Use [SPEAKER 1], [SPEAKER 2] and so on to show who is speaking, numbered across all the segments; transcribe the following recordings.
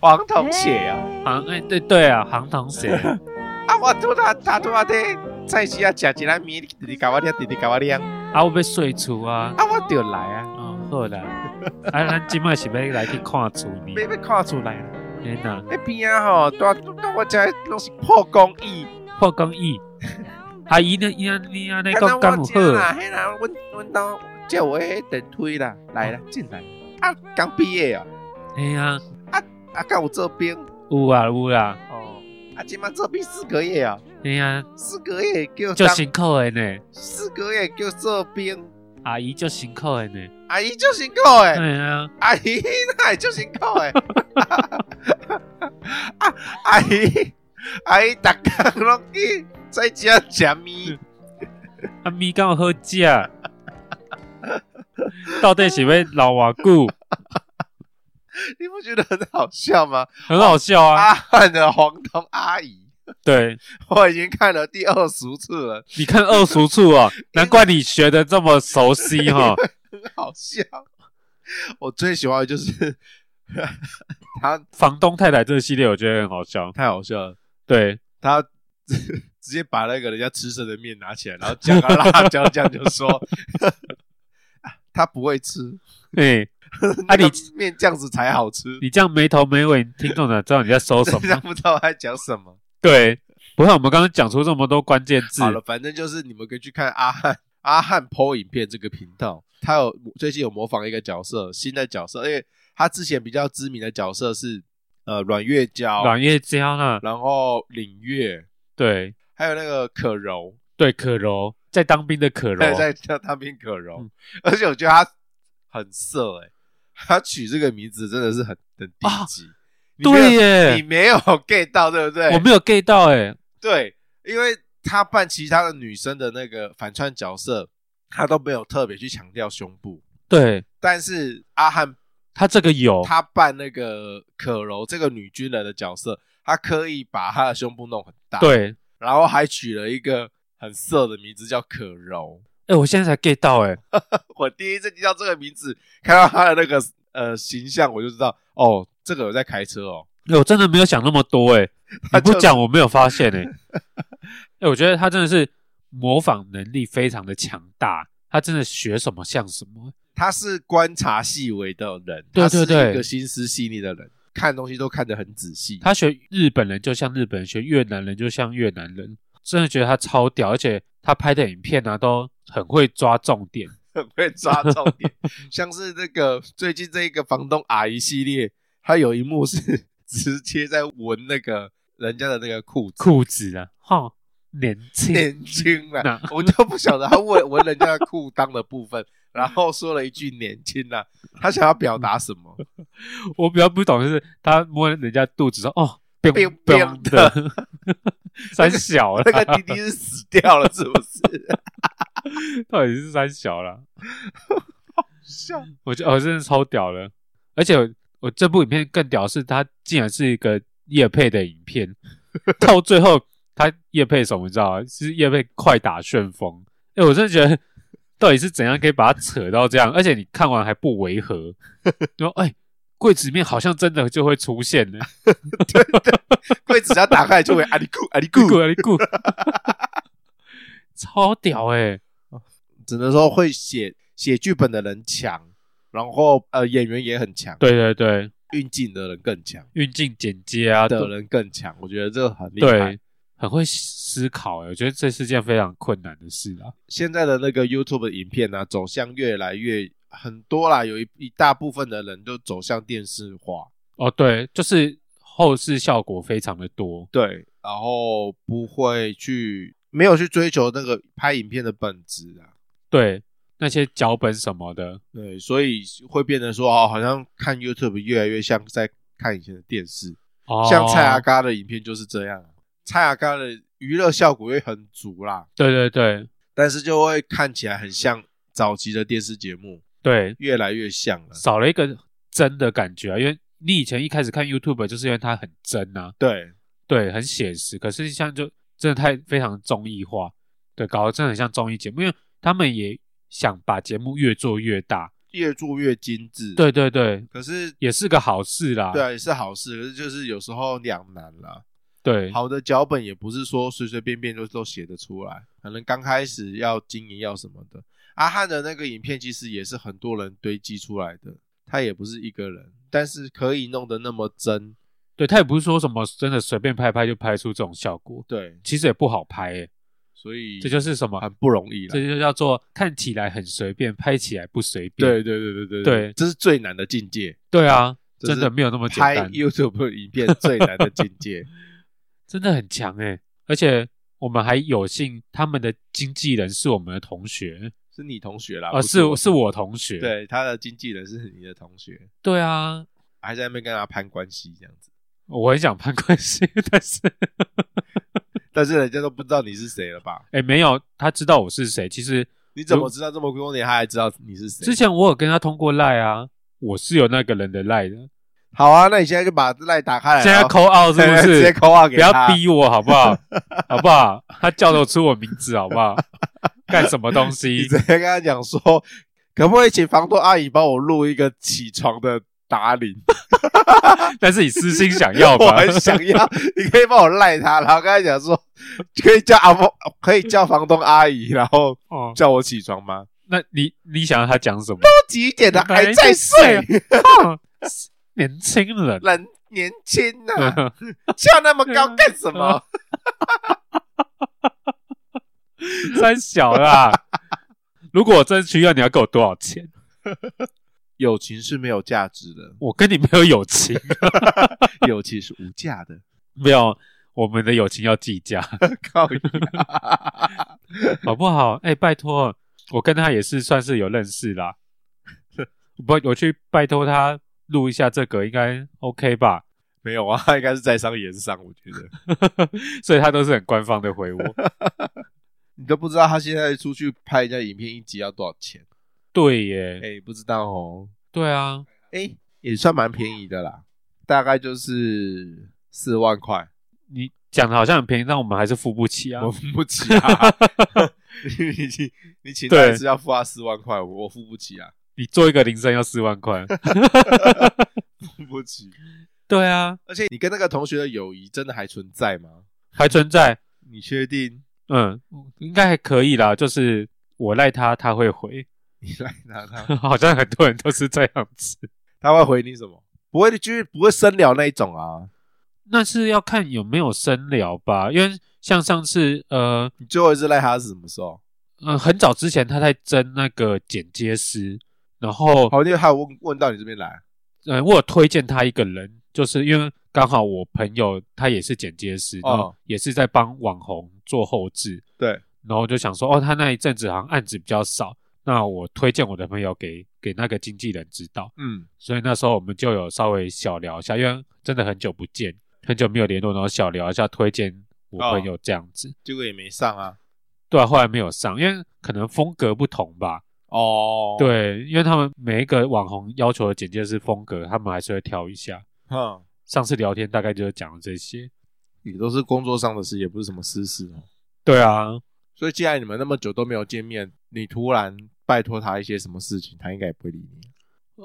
[SPEAKER 1] 行头写呀、
[SPEAKER 2] 行哎，对对啊，行堂写
[SPEAKER 1] 啊！啊，我拄他他拄阿在菜市啊，食一粒面，直直甲我念，直直甲我念，
[SPEAKER 2] 啊，我要睡厝啊，
[SPEAKER 1] 啊，我就来啊，
[SPEAKER 2] 哦，好 啦，啊，咱即摆是要来去看厝呢
[SPEAKER 1] 要，要看出来啦。
[SPEAKER 2] 天哪，
[SPEAKER 1] 迄边啊吼，大大我遮拢是破工艺，
[SPEAKER 2] 破工艺，啊，伊呢伊安尼安尼
[SPEAKER 1] 敢若
[SPEAKER 2] 讲讲
[SPEAKER 1] 我
[SPEAKER 2] 有
[SPEAKER 1] 啊遮
[SPEAKER 2] 好，
[SPEAKER 1] 啦，迄啦，阮阮兜借有迄电梯啦，来啦，进来。啊，刚毕业哦，
[SPEAKER 2] 嘿啊，
[SPEAKER 1] 啊，刚有做兵
[SPEAKER 2] 有啊有啦，
[SPEAKER 1] 哦，啊，即满做兵四个月哦，
[SPEAKER 2] 嘿啊，
[SPEAKER 1] 四个月叫
[SPEAKER 2] 足
[SPEAKER 1] 当
[SPEAKER 2] 辛苦的呢，
[SPEAKER 1] 四个月叫做兵，
[SPEAKER 2] 阿姨足辛苦的呢，
[SPEAKER 1] 阿姨就辛苦诶。
[SPEAKER 2] 嘿啊，
[SPEAKER 1] 阿姨那也就辛苦诶、啊，阿姨，阿姨，逐工拢去在家食面，
[SPEAKER 2] 啊咪敢有好食，到底是要老偌久，
[SPEAKER 1] 你不觉得很好笑吗？
[SPEAKER 2] 很好笑啊，
[SPEAKER 1] 阿汉的黄铜阿姨，
[SPEAKER 2] 对。
[SPEAKER 1] 我已经看了第二十次了，
[SPEAKER 2] 你看二叔处哦，难怪你学的这么熟悉哈、
[SPEAKER 1] 很好笑。我最喜欢的就是他，
[SPEAKER 2] 房东太太这个系列我觉得很好笑，
[SPEAKER 1] 太好笑了，
[SPEAKER 2] 对，
[SPEAKER 1] 他直接把那个人家吃剩的面拿起来，然后加个辣椒酱，就说啊他不会吃。
[SPEAKER 2] 哎、
[SPEAKER 1] 那
[SPEAKER 2] 啊
[SPEAKER 1] 个
[SPEAKER 2] 你
[SPEAKER 1] 面酱子才好吃，
[SPEAKER 2] 你这样没头没尾，听众哪知道你在 说什
[SPEAKER 1] 人家
[SPEAKER 2] 么？
[SPEAKER 1] 不知道我在讲什么。
[SPEAKER 2] 对，不像我们刚刚讲出这么多关键字
[SPEAKER 1] 好，了，反正就是你们可以去看阿汉阿汉 PO 影片这个频道，他有最近有模仿一个角色，新的角色，而且他之前比较知名的角色是呃阮月娇，
[SPEAKER 2] 软月娇啦，
[SPEAKER 1] 然后领月，
[SPEAKER 2] 对
[SPEAKER 1] 还有那个可柔，
[SPEAKER 2] 对，可柔在当兵的可柔
[SPEAKER 1] 在，在叫他变可柔，
[SPEAKER 2] 嗯
[SPEAKER 1] 而且我觉得他很色哎、他取这个名字真的是很很低
[SPEAKER 2] 啊
[SPEAKER 1] 级，你没有
[SPEAKER 2] 对耶
[SPEAKER 1] 你没有 get 到对不对？
[SPEAKER 2] 我没有 get 到哎、
[SPEAKER 1] 对，因为他扮其他的女生的那个反串角色，他都没有特别去强调胸部，
[SPEAKER 2] 对
[SPEAKER 1] 但是阿汉
[SPEAKER 2] 他这个有，
[SPEAKER 1] 他扮那个可柔这个女军人的角色，他刻意把她的胸部弄很大，，
[SPEAKER 2] 对，哎、
[SPEAKER 1] 然后还取了一个很色的名字叫可柔。
[SPEAKER 2] 我现在才 get 到哎、
[SPEAKER 1] 我第一次听到这个名字，看到他的那个呃形象，我就知道哦，这个有在开车哦。
[SPEAKER 2] 欸我真的没有想那么多哎、
[SPEAKER 1] 他
[SPEAKER 2] 你不
[SPEAKER 1] 就
[SPEAKER 2] 讲我没有发现哎、 欸。欸我觉得他真的是模仿能力非常的强大，他真的学什么像什么。
[SPEAKER 1] 他是观察细微的人，
[SPEAKER 2] 对
[SPEAKER 1] 他是
[SPEAKER 2] 对对
[SPEAKER 1] 一个心思细腻的人，看东西都看得很仔细。
[SPEAKER 2] 他学日本人就像日本人，学越南人就像越南人，真的觉得他超屌，而且他拍的影片啊都很会抓重点。
[SPEAKER 1] 很会抓重点，像是那个最近这一个房东阿姨系列，她有一幕是 直接在闻那个人家的那个裤子，
[SPEAKER 2] 裤子啊，哈，年轻，
[SPEAKER 1] 年轻了
[SPEAKER 2] 那，
[SPEAKER 1] 我就不晓得她闻 闻人家的裤裆的部分，然后说了一句年轻啊，她想要表达什么？
[SPEAKER 2] 我比较不懂就是他摸人家肚子说哦，
[SPEAKER 1] 冰
[SPEAKER 2] 冰
[SPEAKER 1] 冰
[SPEAKER 2] 冰
[SPEAKER 1] 的
[SPEAKER 2] 的， 三小了，
[SPEAKER 1] 那个弟弟是死掉了是不是？
[SPEAKER 2] 到底是三小了。
[SPEAKER 1] 笑
[SPEAKER 2] 我觉得我哦真的超屌了，而且我我这部影片更屌的是，它竟然是一个叶配的影片，到最后它叶配什么你知道吗？是叶配快打旋风。哎、我真的觉得到底是怎样可以把它扯到这样，而且你看完还不违和，就说哎、柜子里面好像真的就会出现呢，
[SPEAKER 1] 柜子只要打开就会阿里裤阿里
[SPEAKER 2] 咕
[SPEAKER 1] 裤，
[SPEAKER 2] 咕哩咕，超屌哎、
[SPEAKER 1] 只能说会写写剧本的人强，然后呃演员也很强，
[SPEAKER 2] 对对对，
[SPEAKER 1] 运镜的人更强。
[SPEAKER 2] 运镜剪接啊，
[SPEAKER 1] 的人更强，我觉得这个很厉害
[SPEAKER 2] 对。，很会思考哎、我觉得这是件非常困难的事啊。
[SPEAKER 1] 现在的那个 YouTube 影片呢、走向越来越很多啦，有一一大部分的人都走向电视化，
[SPEAKER 2] 哦，对，就是后世效果非常的多，
[SPEAKER 1] 对，然后不会去没有去追求那个拍影片的本质啊，
[SPEAKER 2] 对那些脚本什么的，
[SPEAKER 1] 对，所以会变得说哦，好像看 YouTube 越来越像在看以前的电视，
[SPEAKER 2] 哦，
[SPEAKER 1] 像蔡阿，嘎的影片就是这样啊，蔡阿嘎的娱乐效果会很足啦，
[SPEAKER 2] 对对对
[SPEAKER 1] 但是就会看起来很像早期的电视节目，
[SPEAKER 2] 对，
[SPEAKER 1] 越来越像了。
[SPEAKER 2] 少了一个真的感觉啊，因为你以前一开始看 YouTube 就是因为它很真啊，
[SPEAKER 1] 对，
[SPEAKER 2] 对，很写实，可是像就真的太非常综艺化，对，搞得真的很像综艺节目，因为他们也想把节目越做越大，
[SPEAKER 1] 越做越精致。，
[SPEAKER 2] 对对对，
[SPEAKER 1] 可是
[SPEAKER 2] 也是个好事啦。
[SPEAKER 1] 对啊，也是好事，可是就是有时候两难啦。
[SPEAKER 2] 对
[SPEAKER 1] 好的脚本也不是说随随便便就都写得出来，可能刚开始要经营要什么的。阿汉的那个影片其实也是很多人堆积出来的，他也不是一个人，但是可以弄得那么真，
[SPEAKER 2] 对，他也不是说什么真的随便拍拍就拍出这种效果，
[SPEAKER 1] 对，
[SPEAKER 2] 其实也不好拍、欸，
[SPEAKER 1] 所以
[SPEAKER 2] 这就是什么？
[SPEAKER 1] 很不容易了
[SPEAKER 2] 这。就叫做看起来很随便，拍起来不随便。
[SPEAKER 1] 对对对对对
[SPEAKER 2] 对
[SPEAKER 1] 这是最难的境界，
[SPEAKER 2] 对啊，
[SPEAKER 1] 这是
[SPEAKER 2] 真的没有那么简
[SPEAKER 1] 拍
[SPEAKER 2] 单，
[SPEAKER 1] YouTube 影片最难的境界。
[SPEAKER 2] 真的很强哎、而且我们还有幸，他们的经纪人是我们的同学，
[SPEAKER 1] 是你同学啦，
[SPEAKER 2] 啊、
[SPEAKER 1] 不
[SPEAKER 2] 是
[SPEAKER 1] 我
[SPEAKER 2] 是我同学。
[SPEAKER 1] 对，他的经纪人是你的同学，
[SPEAKER 2] 对啊，
[SPEAKER 1] 还在那边跟他攀关系这样子，
[SPEAKER 2] 我很想攀关系， 但是
[SPEAKER 1] 但是人家都不知道你是谁了吧？
[SPEAKER 2] 哎、没有，他知道我是谁。其实
[SPEAKER 1] 你怎么知道这么多年他还知道你是谁
[SPEAKER 2] 之？前我有跟他通过赖啊，我是有那个人的赖的。
[SPEAKER 1] 好啊，那你现在就把赖打开来，
[SPEAKER 2] 现在
[SPEAKER 1] 然后
[SPEAKER 2] 扣奥 是不
[SPEAKER 1] 啊直接
[SPEAKER 2] 是？
[SPEAKER 1] 扣啊给
[SPEAKER 2] 不要
[SPEAKER 1] 他，
[SPEAKER 2] 逼我好不好？好不好？他叫得出我名字好不好？干什么 东
[SPEAKER 1] 你
[SPEAKER 2] 西
[SPEAKER 1] 直？接跟他讲说，可不可以请房东阿姨帮我录一个起床的打铃？
[SPEAKER 2] 但是你私心想要
[SPEAKER 1] 我
[SPEAKER 2] 吧？
[SPEAKER 1] 很想要，你可以帮我赖他，然后跟他讲说，可以叫阿房，可以叫房东阿姨，然后
[SPEAKER 2] 哦，
[SPEAKER 1] 叫我起床吗？
[SPEAKER 2] 那你你想要他讲什么？
[SPEAKER 1] 都几点了还在睡？
[SPEAKER 2] 哼年轻人，
[SPEAKER 1] 啊 人年轻啊呐、
[SPEAKER 2] 嗯
[SPEAKER 1] 叫那么高干什么？
[SPEAKER 2] 三小啦。 如果我真需要，你要给我多少钱？
[SPEAKER 1] 友情是没有价值 的，
[SPEAKER 2] 我跟你没有友情，
[SPEAKER 1] 友情是无价的。
[SPEAKER 2] 没有我们的友情要计价，
[SPEAKER 1] 靠你啊！
[SPEAKER 2] 好不好？哎、拜托，我跟他也是算是有认识啦。 不，我去拜托他录一下这个，应该 OK 吧？
[SPEAKER 1] 没有啊，应该是在商言商，我觉得
[SPEAKER 2] 所以他都是很官方的回我。
[SPEAKER 1] 你都不知道他现在出去拍人家影片一集要多少钱？
[SPEAKER 2] 对耶，
[SPEAKER 1] 哎、不知道哦。
[SPEAKER 2] 对啊，
[SPEAKER 1] 哎、也算蛮便宜的啦，大概就是四万块，
[SPEAKER 2] 你讲的好像很便宜，但我们还是付不起啊
[SPEAKER 1] 我。付不起啊。 你你你请他
[SPEAKER 2] 对
[SPEAKER 1] 一次要付他四万块，我我付不起啊，
[SPEAKER 2] 你做一个铃声要四万 块，
[SPEAKER 1] 付不起。
[SPEAKER 2] 对啊，
[SPEAKER 1] 而且你跟那个同学的友谊真的还存在吗？
[SPEAKER 2] 还存在，
[SPEAKER 1] 你确定？
[SPEAKER 2] 嗯，应该还可以啦。就是我赖他，他会回，
[SPEAKER 1] 你来拿他，
[SPEAKER 2] 好像很多人都是这样子。
[SPEAKER 1] 他会回你什么？不会，就是不会深聊那一种啊。
[SPEAKER 2] 那是要看有没有深聊吧，因为像上次，呃，
[SPEAKER 1] 你最后一次赖他是什么时候？
[SPEAKER 2] 呃，很早之前他在争那个剪接师，然后，
[SPEAKER 1] 哦好，因为他有问问到你这边来，
[SPEAKER 2] 呃，我有推荐他一个人，就是因为刚好我朋友他也是剪接师，
[SPEAKER 1] 哦
[SPEAKER 2] 然后也是在帮网红做后置，
[SPEAKER 1] 对，
[SPEAKER 2] 然后我就想说，哦，他那一阵子好像案子比较少，那我推荐我的朋友给给那个经纪人知道，
[SPEAKER 1] 嗯，
[SPEAKER 2] 所以那时候我们就有稍微小聊一下，因为真的很久不见，很久没有联络，然后小聊一下，推荐我
[SPEAKER 1] 哦
[SPEAKER 2] 朋友这样子。
[SPEAKER 1] 结果也没上啊。
[SPEAKER 2] 对啊，后来没有上，因为可能风格不同吧。
[SPEAKER 1] 哦，，
[SPEAKER 2] 对，因为他们每一个网红要求的简介是风格，他们还是会挑一下。
[SPEAKER 1] 哼，
[SPEAKER 2] 上次聊天大概就是讲了这些。
[SPEAKER 1] 也都是工作上的事，也不是什么私事哦。
[SPEAKER 2] 对啊，
[SPEAKER 1] 所以既然你们那么久都没有见面，你突然拜托他一些什么事情，他应该也不会理你。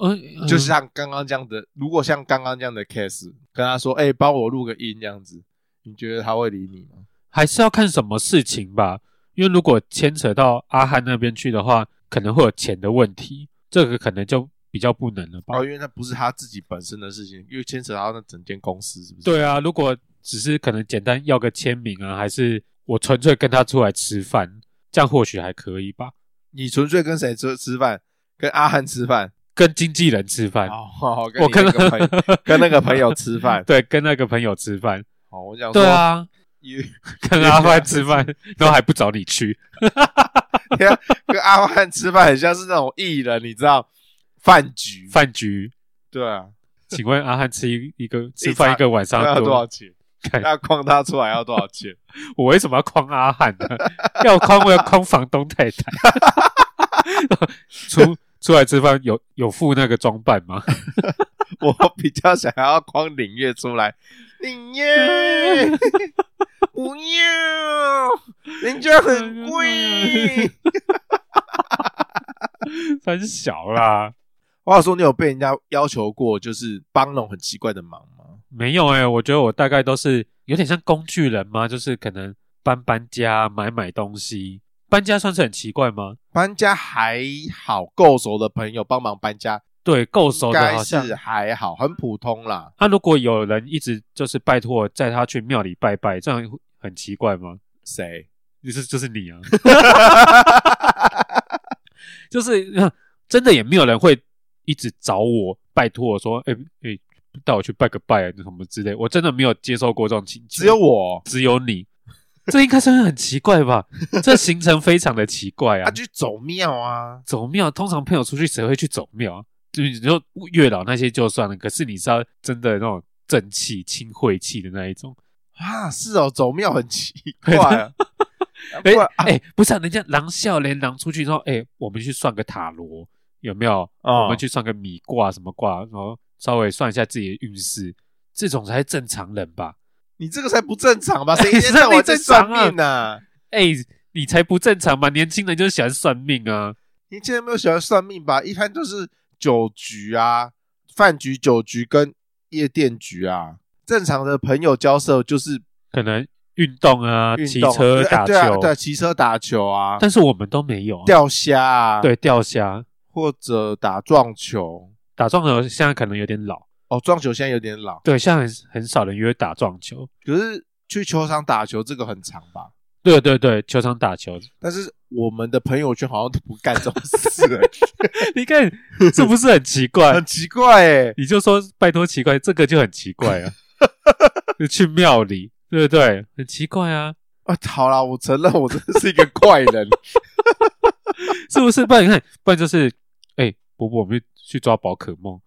[SPEAKER 2] 嗯，
[SPEAKER 1] 就像刚刚这样的，如果像刚刚这样的 case，跟他说，哎、帮我录个音这样子，你觉得他会理你吗？
[SPEAKER 2] 还是要看什么事情吧，因为如果牵扯到阿汉那边去的话，可能会有钱的问题，这个可能就比较不能了吧。
[SPEAKER 1] 哦，因为那不是他自己本身的事情，因为牵扯到那整间公司，是不是？
[SPEAKER 2] 对啊，如果只是可能简单要个签名啊，还是我纯粹跟他出来吃饭，这样或许还可以吧。
[SPEAKER 1] 你纯粹跟谁吃吃饭？跟阿汉吃饭？
[SPEAKER 2] 跟经纪人吃饭，
[SPEAKER 1] 哦，好跟
[SPEAKER 2] 我
[SPEAKER 1] 你那
[SPEAKER 2] 跟。
[SPEAKER 1] 个朋友跟那个朋友吃饭
[SPEAKER 2] 对，跟那个朋友吃饭，
[SPEAKER 1] 哦，我想说，
[SPEAKER 2] 对啊，
[SPEAKER 1] 你，
[SPEAKER 2] 跟阿汉吃饭，然后还不找你去，
[SPEAKER 1] 跟阿汉吃饭很像是那种艺人，你知道饭局？
[SPEAKER 2] 饭局。
[SPEAKER 1] 对啊，
[SPEAKER 2] 请问阿汉吃一一个吃
[SPEAKER 1] 一
[SPEAKER 2] 饭
[SPEAKER 1] 餐
[SPEAKER 2] 一个晚上
[SPEAKER 1] 那要
[SPEAKER 2] 多
[SPEAKER 1] 多少钱？
[SPEAKER 2] 看
[SPEAKER 1] 那框他出来要多少钱？
[SPEAKER 2] 我为什么要框阿汉呢？ 要框我要框房东太太。 出出来吃饭有有付那个装扮吗？
[SPEAKER 1] 我比较想要框领月出来，领 月哦不
[SPEAKER 2] 哎
[SPEAKER 1] 要，人家很贵。
[SPEAKER 2] 很小啦，
[SPEAKER 1] 我想说，你有被人家要求过就是帮那种很奇怪的忙吗？
[SPEAKER 2] 没有哎、我觉得我大概都是有点像工具人嘛，就是可能搬搬家、买买东西。搬家算是很奇怪吗？
[SPEAKER 1] 搬家还好，够熟的朋友帮忙搬家，
[SPEAKER 2] 对，够
[SPEAKER 1] 应
[SPEAKER 2] 熟的
[SPEAKER 1] 该
[SPEAKER 2] 好像
[SPEAKER 1] 是啊还好，很普通啦。
[SPEAKER 2] 啊，如果有人一直就是拜托我载他去庙里拜拜，这样很奇怪吗？
[SPEAKER 1] 谁？
[SPEAKER 2] 就是就是你啊，就是呃真的也没有人会一直找我拜托我说，哎、哎、带我去拜个拜啊什么之类，我真的没有接受过这种请求，
[SPEAKER 1] 只有我，
[SPEAKER 2] 只有你，这应该算是很奇怪吧？ 这行程非常的奇怪
[SPEAKER 1] 他
[SPEAKER 2] 啊，
[SPEAKER 1] 去走庙啊，
[SPEAKER 2] 走庙通常朋友出去谁会去走庙啊？就是你说月老那些就算了，可是你是要真的那种正气、清晦气的那一种。
[SPEAKER 1] 啊，是哦，走庙很奇怪啊。啊不
[SPEAKER 2] 哎、
[SPEAKER 1] 然啊
[SPEAKER 2] 哎、不是、啊，人家狼笑连狼出去之后，哎、我们去算个塔罗有没有？
[SPEAKER 1] 哦
[SPEAKER 2] 我们去算个米卦什么卦，然后稍微算一下自己的运势，这种才是正常人吧？
[SPEAKER 1] 你这个才不正常 吧？谁
[SPEAKER 2] 哎
[SPEAKER 1] 一天到晚在算
[SPEAKER 2] 谁让你
[SPEAKER 1] 命呢、啊？
[SPEAKER 2] 哎、你才不正常嘛！年轻人就是喜欢算命啊，
[SPEAKER 1] 你竟然没有喜欢算命吧？一般都是酒局啊、饭局、酒局跟夜店局啊。正常的朋友交涉就是
[SPEAKER 2] 可能运动啊，骑
[SPEAKER 1] 运动啊、
[SPEAKER 2] 车、打球，
[SPEAKER 1] 对啊，对啊，骑车打球啊，
[SPEAKER 2] 但是我们都没有、啊，
[SPEAKER 1] 钓虾啊，，
[SPEAKER 2] 对钓虾、
[SPEAKER 1] 或者打撞球。
[SPEAKER 2] 打撞球，现在可能有点老，
[SPEAKER 1] 哦，撞球现在有点老，
[SPEAKER 2] 对，现在很很少人约打撞球，
[SPEAKER 1] 可是去球场打球这个很长吧？
[SPEAKER 2] 对对对，球场打 球，
[SPEAKER 1] 但是我们的朋友圈好像都不干这种 事、
[SPEAKER 2] 你看是不是很奇怪？
[SPEAKER 1] 欸 很奇怪哎、
[SPEAKER 2] 你就说拜托奇怪，这个就很奇 怪啊。就去庙里，对不对？很奇怪啊，
[SPEAKER 1] 啊，好啦，我承认我真的是一个怪人，
[SPEAKER 2] 是不是？不然你看，不然就是，哎、伯伯，我们去去抓宝可梦，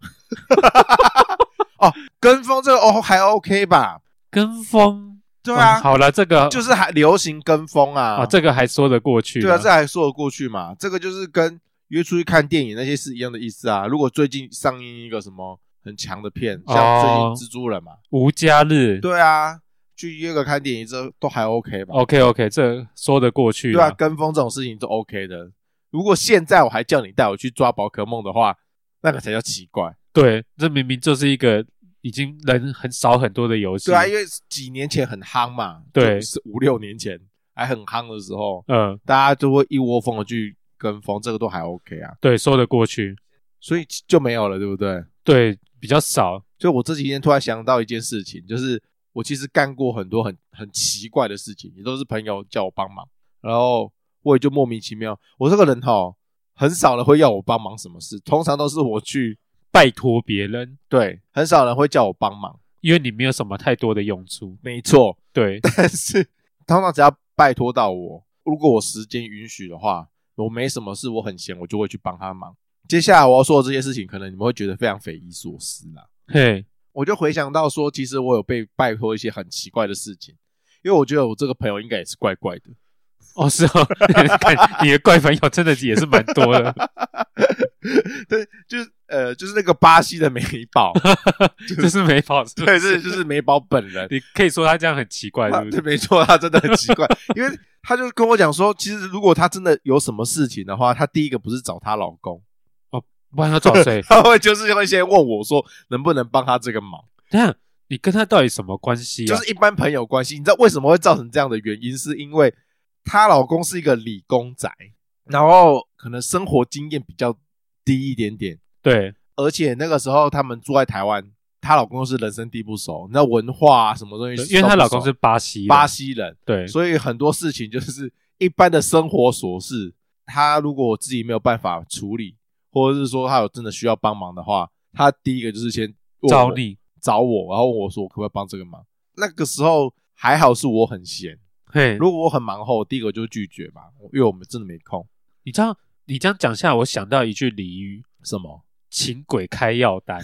[SPEAKER 1] 跟风这个哦还 OK 吧？
[SPEAKER 2] 跟风。
[SPEAKER 1] 对啊，
[SPEAKER 2] 嗯好了，这个
[SPEAKER 1] 就是还流行跟风啊，
[SPEAKER 2] 啊，这个还说得过去。
[SPEAKER 1] 对啊，这还说得过去嘛？这个就是跟约出去看电影那些是一样的意思啊。如果最近上映一个什么很强的片，像最近
[SPEAKER 2] 哦
[SPEAKER 1] 蜘蛛人嘛，
[SPEAKER 2] 无家日。
[SPEAKER 1] 对啊，去约个看电影这都还 OK 吧？
[SPEAKER 2] ，OK OK，这说得过去。
[SPEAKER 1] 对啊，，跟风这种事情都 OK 的。如果现在我还叫你带我去抓宝可梦的话，那个才叫奇怪。
[SPEAKER 2] 对，这明明就是一个已经人很少很多的游戏。
[SPEAKER 1] 对啊，因为几年前很夯嘛，
[SPEAKER 2] 对
[SPEAKER 1] 就是五六年前还很夯的时候，
[SPEAKER 2] 嗯，
[SPEAKER 1] 大家就会一窝蜂的去跟风，这个都还 OK 啊，
[SPEAKER 2] 对，说得过去。
[SPEAKER 1] 所以就没有了，对不对？
[SPEAKER 2] 对，比较少。
[SPEAKER 1] 所以我这几天突然想到一件事情，就是我其实干过很多很很奇怪的事情，也都是朋友叫我帮忙，然后我也就莫名其妙。我这个人哈，很少人会要我帮忙什么事，通常都是我去，
[SPEAKER 2] 拜托别人，
[SPEAKER 1] 对，很少人会叫我帮忙，
[SPEAKER 2] 因为你没有什么太多的用处。
[SPEAKER 1] 没错。
[SPEAKER 2] 对，
[SPEAKER 1] 但是通常只要拜托到我，如果我时间允许的话，我没什么事，我很闲，我就会去帮他忙。接下来我要说的这些事情，可能你们会觉得非常匪夷所思啦。
[SPEAKER 2] 嘿，
[SPEAKER 1] 我就回想到说，其实我有被拜托一些很奇怪的事情，因为我觉得我这个朋友应该也是怪怪的。
[SPEAKER 2] 哦，是哦， 看你的怪朋友真的也是蛮多的，
[SPEAKER 1] 对，就是呃，就是那个巴西的美宝，
[SPEAKER 2] 这是没跑是不
[SPEAKER 1] 对，
[SPEAKER 2] 是
[SPEAKER 1] 这就是美宝本人。
[SPEAKER 2] 你可以说他这样很奇怪，
[SPEAKER 1] 他
[SPEAKER 2] 是不
[SPEAKER 1] 对，
[SPEAKER 2] 是？
[SPEAKER 1] 没错，他真的很奇怪，因为他就跟我讲说，其实如果他真的有什么事情的话，他第一个不是找她老公，？
[SPEAKER 2] 不然要找谁
[SPEAKER 1] 他会就是会先问我说能不能帮他这个忙，
[SPEAKER 2] 等一下你跟他到底什么关系
[SPEAKER 1] 就
[SPEAKER 2] 啊？
[SPEAKER 1] 是一般朋友关系。你知道为什么会造成这样的原因，是因为她老公是一个理工仔，然后可能生活经验比较低一点点，
[SPEAKER 2] 对，
[SPEAKER 1] 而且那个时候他们住在台湾，她老公是人生地不熟，那文化、啊、什么东西都不熟，
[SPEAKER 2] 因为她老公是巴西人，
[SPEAKER 1] 巴西人，
[SPEAKER 2] 对，
[SPEAKER 1] 所以很多事情就是一般的生活琐事，他如果自己没有办法处理，或者是说他有真的需要帮忙的话，他第一个就是先问我
[SPEAKER 2] 找你，
[SPEAKER 1] 找我，然后问我说我可不可以帮这个忙。那个时候还好是我很闲，
[SPEAKER 2] 嘿，
[SPEAKER 1] 如果我很忙后，第一个就拒绝嘛，因为我们真的没空。
[SPEAKER 2] 你这样你这样讲下来，我想到一句俚语：
[SPEAKER 1] 什么？
[SPEAKER 2] 请鬼开药 单。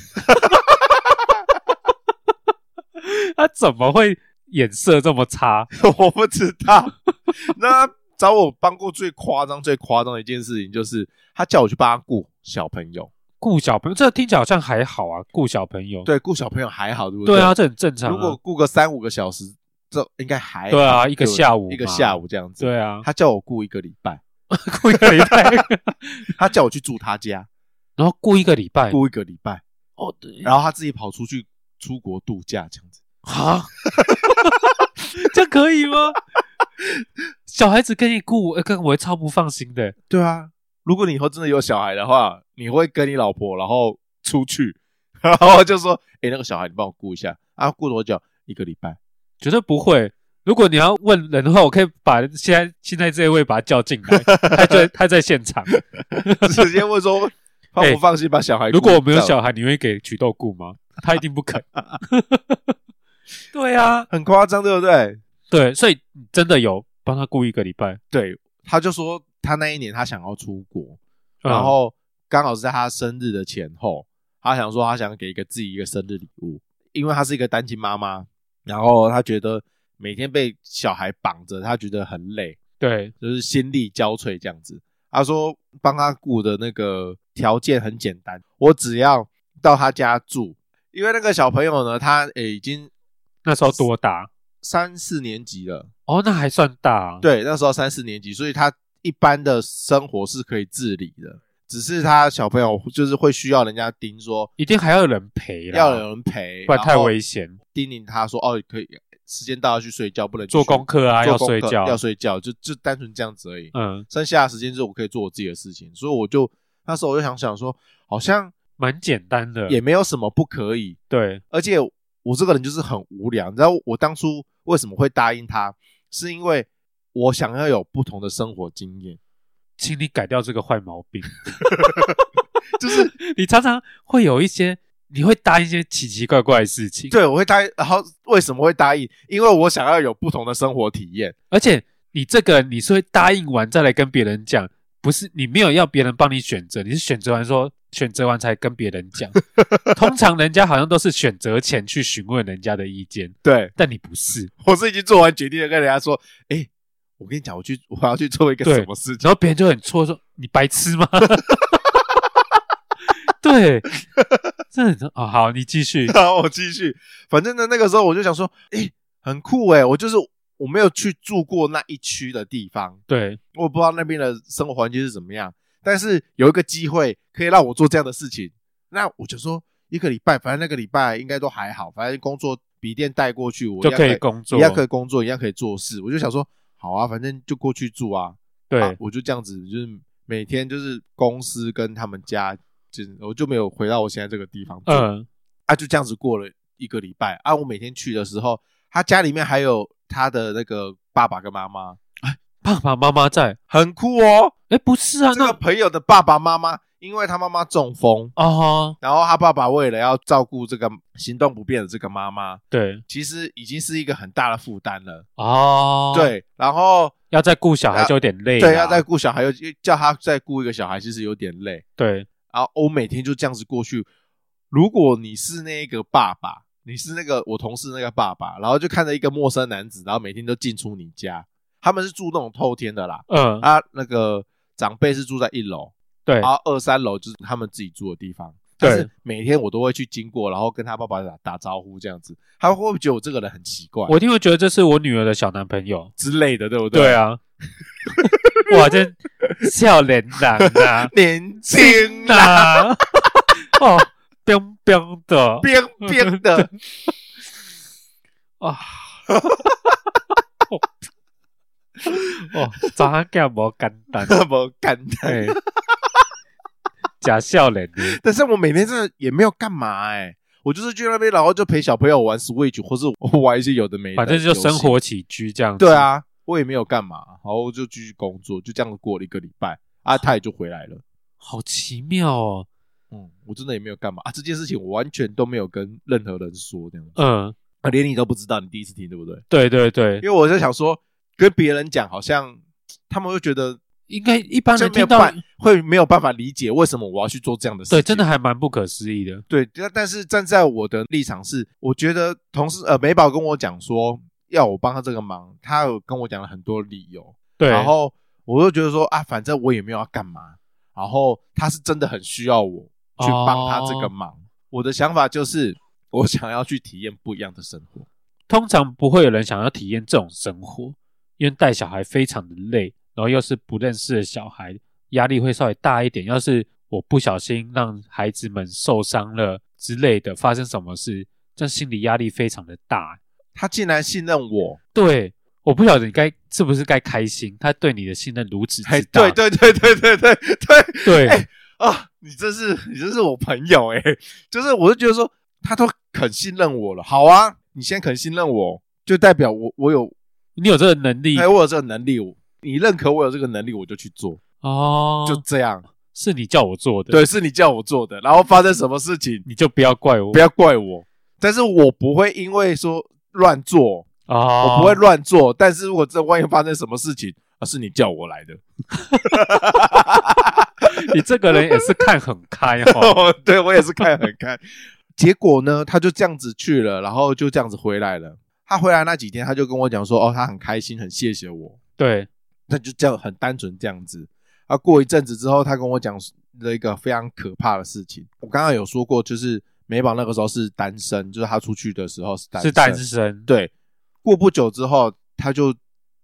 [SPEAKER 2] 他怎么会眼色这么差？
[SPEAKER 1] 我不知道。 那找我帮过最夸张、最夸张的一件事情，就是他叫我去帮他顾小朋友。
[SPEAKER 2] 顾小朋友，这听起来好像还好啊，顾小朋友，
[SPEAKER 1] 对，顾小朋友还好，对不
[SPEAKER 2] 对
[SPEAKER 1] 对
[SPEAKER 2] 啊，，这很正常啊。
[SPEAKER 1] 如果雇个三五个小时，这应该还好
[SPEAKER 2] 对啊一个
[SPEAKER 1] 不
[SPEAKER 2] 下午
[SPEAKER 1] 一个
[SPEAKER 2] 嘛
[SPEAKER 1] 下午这样子。
[SPEAKER 2] 对啊，
[SPEAKER 1] 他叫我雇一个礼拜，
[SPEAKER 2] 过一个礼拜，
[SPEAKER 1] 他叫我去住他家，
[SPEAKER 2] 然后过一个礼拜，
[SPEAKER 1] 过一个礼拜，
[SPEAKER 2] 哦，对，
[SPEAKER 1] 然后他自己跑出去出国度假这样子。
[SPEAKER 2] 啊， 这样可以吗？小孩子跟你顾，呃跟我会超不放心的。
[SPEAKER 1] 对啊，如果你以后真的有小孩的话，你会跟你老婆然后出去， 然后就说：“哎、那个小孩你帮我顾一下啊，顾多久？一个礼拜。
[SPEAKER 2] 绝对不会。如果你要问人的话，我可以把现在现在这一位把他叫进 来，他在他在现场。”
[SPEAKER 1] 直接问说：“放不放心把小孩顾？”
[SPEAKER 2] 如果我没有小孩，你会给祛痘顾吗？他一定 不肯。对啊，
[SPEAKER 1] 很夸张，对不对？
[SPEAKER 2] 对，所以你真的有帮他顾一个礼拜，
[SPEAKER 1] 对，他就说他那一年他想要出国，
[SPEAKER 2] 嗯
[SPEAKER 1] 然后刚好是在他生日的前后，他想说他想给一个自己一个生日礼物，因为她是一个单亲妈妈，然后她觉得每天被小孩绑着，她觉得很累，
[SPEAKER 2] 对，
[SPEAKER 1] 就是心力交瘁这样子。他说帮他雇的那个条件很简单，我只要到他家住，因为那个小朋友呢，他诶、已经
[SPEAKER 2] 那时候多大？
[SPEAKER 1] 三四年级了，
[SPEAKER 2] 哦，那还算大、啊。，
[SPEAKER 1] 对，那时候三四年级，所以他一般的生活是可以自理的，只是他小朋友就是会需要人家盯说，
[SPEAKER 2] 一定还要有人陪啦，
[SPEAKER 1] 要有人陪，
[SPEAKER 2] 不然太危
[SPEAKER 1] 险，
[SPEAKER 2] 险。
[SPEAKER 1] 叮咛他说哦，可以时间到要去睡觉，不能去
[SPEAKER 2] 做功课啊，
[SPEAKER 1] 做
[SPEAKER 2] 要
[SPEAKER 1] 功
[SPEAKER 2] 睡
[SPEAKER 1] 课
[SPEAKER 2] 觉，
[SPEAKER 1] 要睡觉，就就单纯这样子而已。
[SPEAKER 2] 嗯，
[SPEAKER 1] 剩下的时间就是我可以做我自己的事情，所以我就那时候我就想想说，好像
[SPEAKER 2] 蛮简单的。
[SPEAKER 1] 也没有什么不可以，
[SPEAKER 2] 对，
[SPEAKER 1] 而且我这个人就是很无聊。你知道我当初为什么会答应他，是因为我想要有不同的生活经验，
[SPEAKER 2] 请你改掉这个坏毛病。
[SPEAKER 1] 就是
[SPEAKER 2] 你常常会有一些，你会答一些奇奇怪怪的事情，
[SPEAKER 1] 对我会答应。然后为什么会答应？因为我想要有不同的生活体验。
[SPEAKER 2] 而且你这个你是会答应完再来跟别人讲，不是你没有要别人帮你选择，你是选择完说选择完才跟别 人讲。通常人家好像都是选择前去询问人家的意见，
[SPEAKER 1] 对
[SPEAKER 2] 但你不是，
[SPEAKER 1] 我是已经做完决定了，跟人家说，哎、我跟你讲，我去我要去做一个
[SPEAKER 2] 对
[SPEAKER 1] 什么事情。
[SPEAKER 2] 然后别人就很错说你白痴吗？ 对，真的很哦，好，你继续，
[SPEAKER 1] 然后我继续，反正呢，那个时候我就想说，诶，很酷诶，我就是我没有去住过那一区的地方，
[SPEAKER 2] 对，
[SPEAKER 1] 我不知道那边的生活环境是怎么样，但是有一个机会可以让我做这样的事情，那我就说一个礼拜，反正那个礼拜应该都还好，反正工作笔电带过去，我
[SPEAKER 2] 就
[SPEAKER 1] 一样
[SPEAKER 2] 可以工作
[SPEAKER 1] 一，样可以工作，一样可以做事，我就想说，好啊，反正就过去住啊，啊
[SPEAKER 2] 对，
[SPEAKER 1] 我就这样子，就是每天就是公司跟他们家，就是我就没有回到我现在这个地方住。
[SPEAKER 2] 嗯，
[SPEAKER 1] 啊，就这样子过了一个礼拜啊。我每天去的时候，他家里面还有他的那个爸爸跟妈妈，
[SPEAKER 2] 爸爸妈妈在，
[SPEAKER 1] 很酷哦。
[SPEAKER 2] 哎，不是啊，
[SPEAKER 1] 这
[SPEAKER 2] 那
[SPEAKER 1] 个朋友的爸爸妈妈，因为他妈妈中风，
[SPEAKER 2] 哦，
[SPEAKER 1] 然后他爸爸为了要照顾这个行动不便的这个妈妈，
[SPEAKER 2] 对，
[SPEAKER 1] 其实已经是一个很大的负担了。
[SPEAKER 2] 哦，，
[SPEAKER 1] 对，然后
[SPEAKER 2] 要再顾小孩就有点累啦，啊
[SPEAKER 1] 对要再顾小孩，又叫他再顾一个小孩，其实有点累。
[SPEAKER 2] 对，
[SPEAKER 1] 然后我每天就这样子过去。如果你是那个爸爸，你是那个我同事那个爸爸，然后就看着一个陌生男子，然后每天都进出你家，他们是住那种透天的啦，
[SPEAKER 2] 嗯，
[SPEAKER 1] 啊，那个长辈是住在一楼，
[SPEAKER 2] 对
[SPEAKER 1] 然，后二三楼就是他们自己住的地方。
[SPEAKER 2] 对
[SPEAKER 1] 但是每天我都会去经过，然后跟他爸爸打打招呼这样子，他会不会觉得我这个人很奇怪
[SPEAKER 2] 我一定会觉得这是我女儿的小男朋友。
[SPEAKER 1] 之类的，对不
[SPEAKER 2] 对
[SPEAKER 1] 啊，
[SPEAKER 2] 啊，哇，这笑脸男呐，
[SPEAKER 1] 年轻 啊，
[SPEAKER 2] 呐，哦，冰冰的
[SPEAKER 1] 边边的，
[SPEAKER 2] 啊。哦，早上干无简 单，
[SPEAKER 1] 那么感叹。
[SPEAKER 2] 哎，假 笑脸的，
[SPEAKER 1] 但是我每天真的也没有干嘛哎、我就是去那边，然后就陪小朋友玩 Switch，或是我玩一些有的没的，
[SPEAKER 2] 反正就生。活起居这样子。
[SPEAKER 1] 对，啊，我也没有干嘛，然后就继续工作，就这样过了一个礼拜啊，他也就回来了。
[SPEAKER 2] 好奇妙哦。
[SPEAKER 1] 嗯，我真的也没有干嘛啊，这件事情我完全都没有跟任何人说，这样子、
[SPEAKER 2] 嗯，
[SPEAKER 1] 啊，连你都不知道，你第一次听对不对？
[SPEAKER 2] 对对对
[SPEAKER 1] 因，为我在想说，跟别人讲好像他们会觉得
[SPEAKER 2] 应该一般
[SPEAKER 1] 就
[SPEAKER 2] 人
[SPEAKER 1] 没有
[SPEAKER 2] 听到
[SPEAKER 1] 办，会没有办法理解为什么我要去做这样的事情。
[SPEAKER 2] 对，真的还蛮不可思议的。
[SPEAKER 1] 对，但但是站在我的立场是，我觉得同事呃美宝跟我讲说要我帮他这个忙，他有跟我讲了很多理由，
[SPEAKER 2] 对，
[SPEAKER 1] 然后我就觉得说啊，反正我也没有要干嘛，然后他是真的很需要我去帮他
[SPEAKER 2] 哦
[SPEAKER 1] 这个忙。我的想法就是，我想要去体验不一样的生活。
[SPEAKER 2] 通常不会有人想要体验这种生活，因为带小孩非常的累，然后又是不认识的小孩，压力会稍微大一点。要是我不小心让孩子们受伤了之类的，发生什么事，这样心理压力非常的大。
[SPEAKER 1] 他竟然信任我，
[SPEAKER 2] 对，我不晓得你该是不是该开心，他对你的信任如此
[SPEAKER 1] 哎，
[SPEAKER 2] 之大。
[SPEAKER 1] 对对对对对对对
[SPEAKER 2] 对
[SPEAKER 1] 哎啊！你这是你这是我朋友哎、就是我就觉得说他都肯信任我了，好啊，你先肯信任我，就代表我我有
[SPEAKER 2] 你有这个能力
[SPEAKER 1] 哎、我有这个能力，我你认可我有这个能力，我就去做，
[SPEAKER 2] 哦，
[SPEAKER 1] 就这样。
[SPEAKER 2] 是你叫我做的，
[SPEAKER 1] 对，是你叫我做的，然后发生什么事情
[SPEAKER 2] 你就不要怪我，
[SPEAKER 1] 不要怪我，但是我不会因为说乱做，
[SPEAKER 2] 哦，
[SPEAKER 1] 我不会乱做，但是如果这万一发生什么事情，啊，是你叫我来的，
[SPEAKER 2] 你这个人也是看很开哦。
[SPEAKER 1] 对我也是看很开。结果呢，他就这样子去了，然后就这样子回来了。他回来那几天，他就跟我讲说，哦，他很开心，很谢谢我。
[SPEAKER 2] 对，
[SPEAKER 1] 那就这样很单纯这样子。啊，过一阵子之后，他跟我讲了一个非常可怕的事情。我刚刚有说过，就是美宝那个时候是单身，就是他出去的时候是单身
[SPEAKER 2] 是单身，
[SPEAKER 1] 对，过不久之后，他就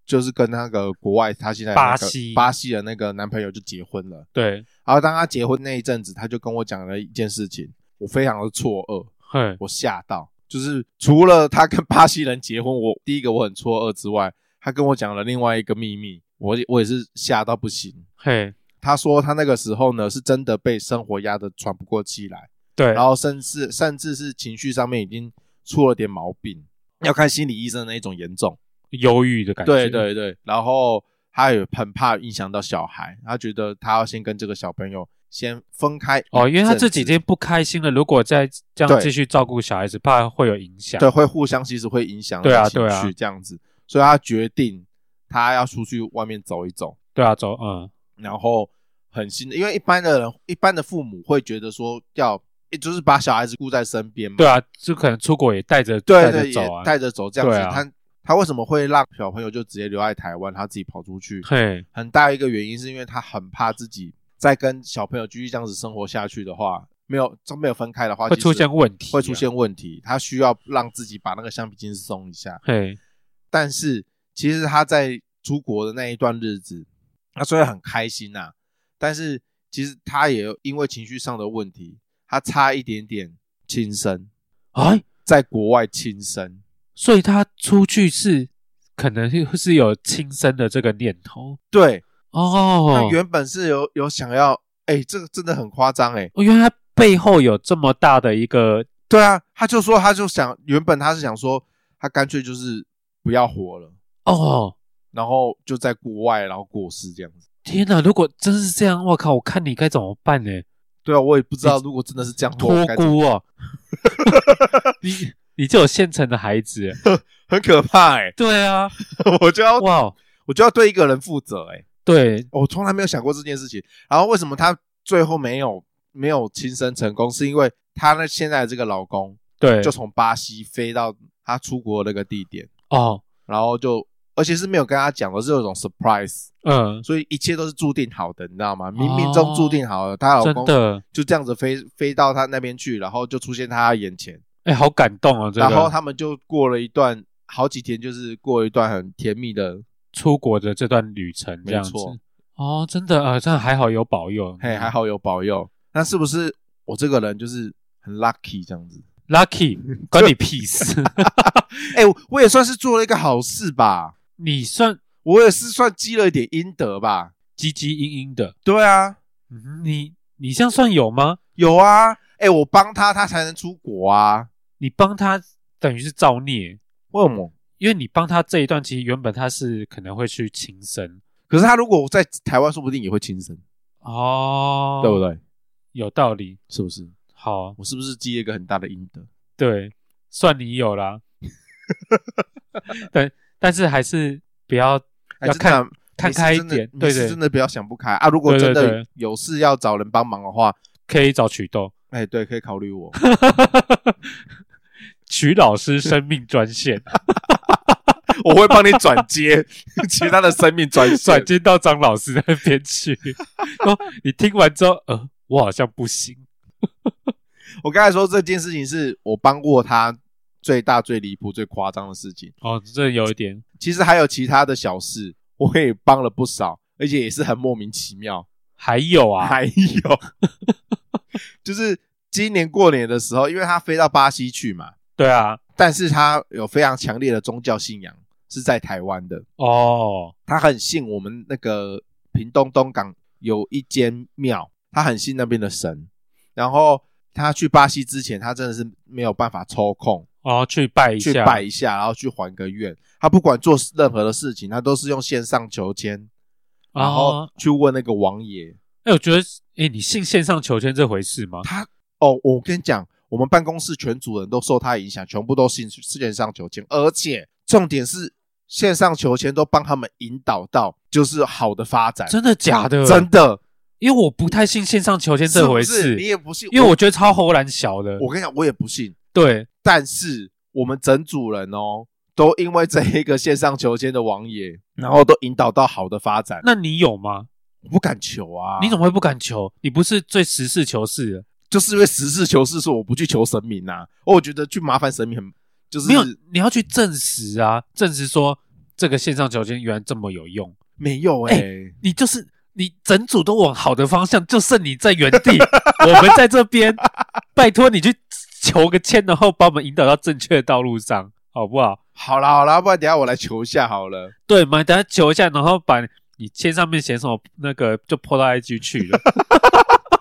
[SPEAKER 1] 就是跟那个国外他现在的那个
[SPEAKER 2] 巴西
[SPEAKER 1] 巴西的那个男朋友就结婚了。
[SPEAKER 2] 对，
[SPEAKER 1] 然后当他结婚那一阵子，他就跟我讲了一件事情，我非常的错愕，
[SPEAKER 2] 嘿，
[SPEAKER 1] 我吓到。就是除了他跟巴西人结婚，我第一个我很错愕之外，他跟我讲了另外一个秘密，我也我也是吓到不行。
[SPEAKER 2] 嘿，
[SPEAKER 1] 他说他那个时候呢，是真的被生活压得喘不过气来，
[SPEAKER 2] 对，
[SPEAKER 1] 然后甚至甚至是情绪上面已经出了点毛病，要看心理医生的那一种严重。
[SPEAKER 2] 忧郁的感觉，
[SPEAKER 1] 对，对对，然后他也很怕影响到小孩，他觉得他要先跟这个小朋友先分开
[SPEAKER 2] 哦，因为他
[SPEAKER 1] 一阵
[SPEAKER 2] 这几
[SPEAKER 1] 子
[SPEAKER 2] 天不开心了，如果再这样
[SPEAKER 1] 对
[SPEAKER 2] 继续照顾小孩子，怕会有影响。
[SPEAKER 1] 对，会互相其实会影响
[SPEAKER 2] 对啊
[SPEAKER 1] 到情
[SPEAKER 2] 对啊
[SPEAKER 1] 绪这样子，所以他决定他要出去外面走一走，
[SPEAKER 2] 对啊，走，嗯，
[SPEAKER 1] 然后很新的，因为一般的人一般的父母会觉得说要也就是把小孩子顾在身边嘛，
[SPEAKER 2] 对啊，就可能出国也带着
[SPEAKER 1] 对
[SPEAKER 2] 带着
[SPEAKER 1] 对，
[SPEAKER 2] 走
[SPEAKER 1] 也
[SPEAKER 2] 啊，
[SPEAKER 1] 带着走这样子，
[SPEAKER 2] 对啊
[SPEAKER 1] 他他为什么会让小朋友就直接留在台湾，他自己跑出去？
[SPEAKER 2] 嘿，
[SPEAKER 1] 很大一个原因是因为他很怕自己再跟小朋友继续这样子生活下去的话，没有都没有分开的话，
[SPEAKER 2] 会
[SPEAKER 1] 其
[SPEAKER 2] 出
[SPEAKER 1] 实
[SPEAKER 2] 现问题，啊
[SPEAKER 1] 会出，现问题，他需要让自己把那个橡皮筋松一下。
[SPEAKER 2] 嘿，
[SPEAKER 1] 但是其实他在出国的那一段日子，他虽然很开心呐、但是其实他也因为情绪上的问题，他差一点点轻生，
[SPEAKER 2] 哎，
[SPEAKER 1] 在国外轻生。
[SPEAKER 2] 所以他出去是可能是有轻生的这个念头
[SPEAKER 1] 对，他
[SPEAKER 2] 哦。
[SPEAKER 1] 原本是有有想要，哎、这个真的很夸张哎、
[SPEAKER 2] 哦原来他背后有这么大的一个
[SPEAKER 1] 对啊，他就说他就想，原本他是想说他干脆就是不要活了，
[SPEAKER 2] 哦，
[SPEAKER 1] 然后就在国外然后过世这样子。
[SPEAKER 2] 天哪！如果真是这样，我靠，我看你该怎么办呢？
[SPEAKER 1] 对啊，我也不知道如果真的是这样的话，
[SPEAKER 2] 托
[SPEAKER 1] 我该怎么
[SPEAKER 2] 孤哦，你你就有现成的孩子，
[SPEAKER 1] 很可怕哎、
[SPEAKER 2] 对啊，
[SPEAKER 1] 我就要
[SPEAKER 2] 哇，哦
[SPEAKER 1] 我就要对一个人负责哎、
[SPEAKER 2] 对，
[SPEAKER 1] 我从来没有想过这件事情。然后为什么她最后没有没有亲生成功，是因为她那现在的这个老公
[SPEAKER 2] 对，
[SPEAKER 1] 就从巴西飞到她出国的那个地点，
[SPEAKER 2] 哦，
[SPEAKER 1] 然后就而且是没有跟她讲的，是有一种 surprise，
[SPEAKER 2] 嗯，
[SPEAKER 1] 所以一切都是注定好的，你知道吗？冥冥中注定好的，她、老
[SPEAKER 2] 哦真
[SPEAKER 1] 公
[SPEAKER 2] 的，
[SPEAKER 1] 就这样子飞飞到她那边去，然后就出现她眼前，
[SPEAKER 2] 哎，好感动哦，这
[SPEAKER 1] 然后
[SPEAKER 2] 个
[SPEAKER 1] 他们就过了一段好几天，就是过了一段很甜蜜的，
[SPEAKER 2] 出国的这段旅程这
[SPEAKER 1] 没
[SPEAKER 2] 样子
[SPEAKER 1] 错，，
[SPEAKER 2] 哦，真的啊，真的还好有保佑，
[SPEAKER 1] 嘿，还好有保佑。那是不是我这个人就是很 lucky 这样子？
[SPEAKER 2] ，lucky，关你屁事，
[SPEAKER 1] 哎、我我也算是做了一个好事吧，
[SPEAKER 2] 你算
[SPEAKER 1] 我也是算积了一点阴德吧。
[SPEAKER 2] 积积阴阴的，
[SPEAKER 1] 对啊，
[SPEAKER 2] 嗯你你这样算有吗？
[SPEAKER 1] 有啊，哎、我帮他，他才能出国啊。
[SPEAKER 2] 你帮他等于是造孽，
[SPEAKER 1] 为什么？
[SPEAKER 2] 因为你帮他这一段，其实原本他是可能会去轻生。
[SPEAKER 1] 可是他如果在台湾，说不定也会轻生，
[SPEAKER 2] 哦，
[SPEAKER 1] 对不？对？
[SPEAKER 2] 有道理。
[SPEAKER 1] 是不是？
[SPEAKER 2] 好，
[SPEAKER 1] 我是不是积了一个很大的阴德？
[SPEAKER 2] 对，算你 有啦。但但是还是不要
[SPEAKER 1] 哎
[SPEAKER 2] 要
[SPEAKER 1] 真的啊
[SPEAKER 2] 看看开一点，
[SPEAKER 1] 你
[SPEAKER 2] 对
[SPEAKER 1] 是真的你是
[SPEAKER 2] 对
[SPEAKER 1] 真，的不要想不开啊！如果真
[SPEAKER 2] 对对
[SPEAKER 1] 的
[SPEAKER 2] 对
[SPEAKER 1] 有事要找人帮忙的话，
[SPEAKER 2] 可以找曲 豆，
[SPEAKER 1] 哎、对，可以考虑我。
[SPEAKER 2] 曲老师生命专 线
[SPEAKER 1] 我会帮你转接 其他的生命转转
[SPEAKER 2] 转接到张老师那边去。哦，你听完之后，呃，我好像不行。
[SPEAKER 1] 我刚才说这件事情是我帮过他最大、最离谱、最夸张的事情。
[SPEAKER 2] 哦，这有一点
[SPEAKER 1] 其实还有其他的小事，我也帮了不少。而且也是很莫名其妙。
[SPEAKER 2] 还有啊，
[SPEAKER 1] 还有， 就是今年过年的时候，因为他飞到巴西去嘛，
[SPEAKER 2] 对啊，
[SPEAKER 1] 但是他有非常强烈的宗教信仰，是在台湾的。
[SPEAKER 2] 哦，
[SPEAKER 1] 他很信我们那个屏东东港有一间庙，他很信那边的神。然后他去巴西之前，他真的是没有办法抽空
[SPEAKER 2] 哦，去拜一
[SPEAKER 1] 去
[SPEAKER 2] 下，
[SPEAKER 1] 拜一下，然后去还个愿。他不管做任何的事情，他都是用线上求签，然后
[SPEAKER 2] 哦，
[SPEAKER 1] 去问那个王爷。
[SPEAKER 2] 哎、我觉得，哎、你信线上求签这回事吗？
[SPEAKER 1] 他哦，我跟你讲，我们办公室全组人都受他影响，全部都信线上求签，而且重点是线上求签都帮他们引导到就是好的发展，
[SPEAKER 2] 真的假 的？
[SPEAKER 1] 真，的
[SPEAKER 2] 因为我不太信线上求签
[SPEAKER 1] 是
[SPEAKER 2] 这
[SPEAKER 1] 不
[SPEAKER 2] 回
[SPEAKER 1] 是
[SPEAKER 2] 事，
[SPEAKER 1] 你也不信，
[SPEAKER 2] 因为我觉得超齁然小的。
[SPEAKER 1] 我跟你讲，我也不信，
[SPEAKER 2] 对，
[SPEAKER 1] 但是我们整组人哦，都因为这一个线上求签的王爷，然后都引导到好的发展，
[SPEAKER 2] 那你有吗？
[SPEAKER 1] 我不敢求啊，
[SPEAKER 2] 你怎么会不敢求？你不是最实事求是的？
[SPEAKER 1] 就是因为实事求是说我不去求神明呐、我觉得去麻烦神明很就是
[SPEAKER 2] 没有，你要去证实啊，证实说这个线上求签原来这么有用。
[SPEAKER 1] 没有哎、
[SPEAKER 2] 你就是你整组都往好的方向，就剩你在原 地，我们在这边，拜托你去求个签，然后把我们引导到正确的道路上，好不好？
[SPEAKER 1] 好啦好啦，不然等一下我来求一下好了。
[SPEAKER 2] 对嘛？等下求一下，然后把你签上面写什么那个就 po 到 IG 去了。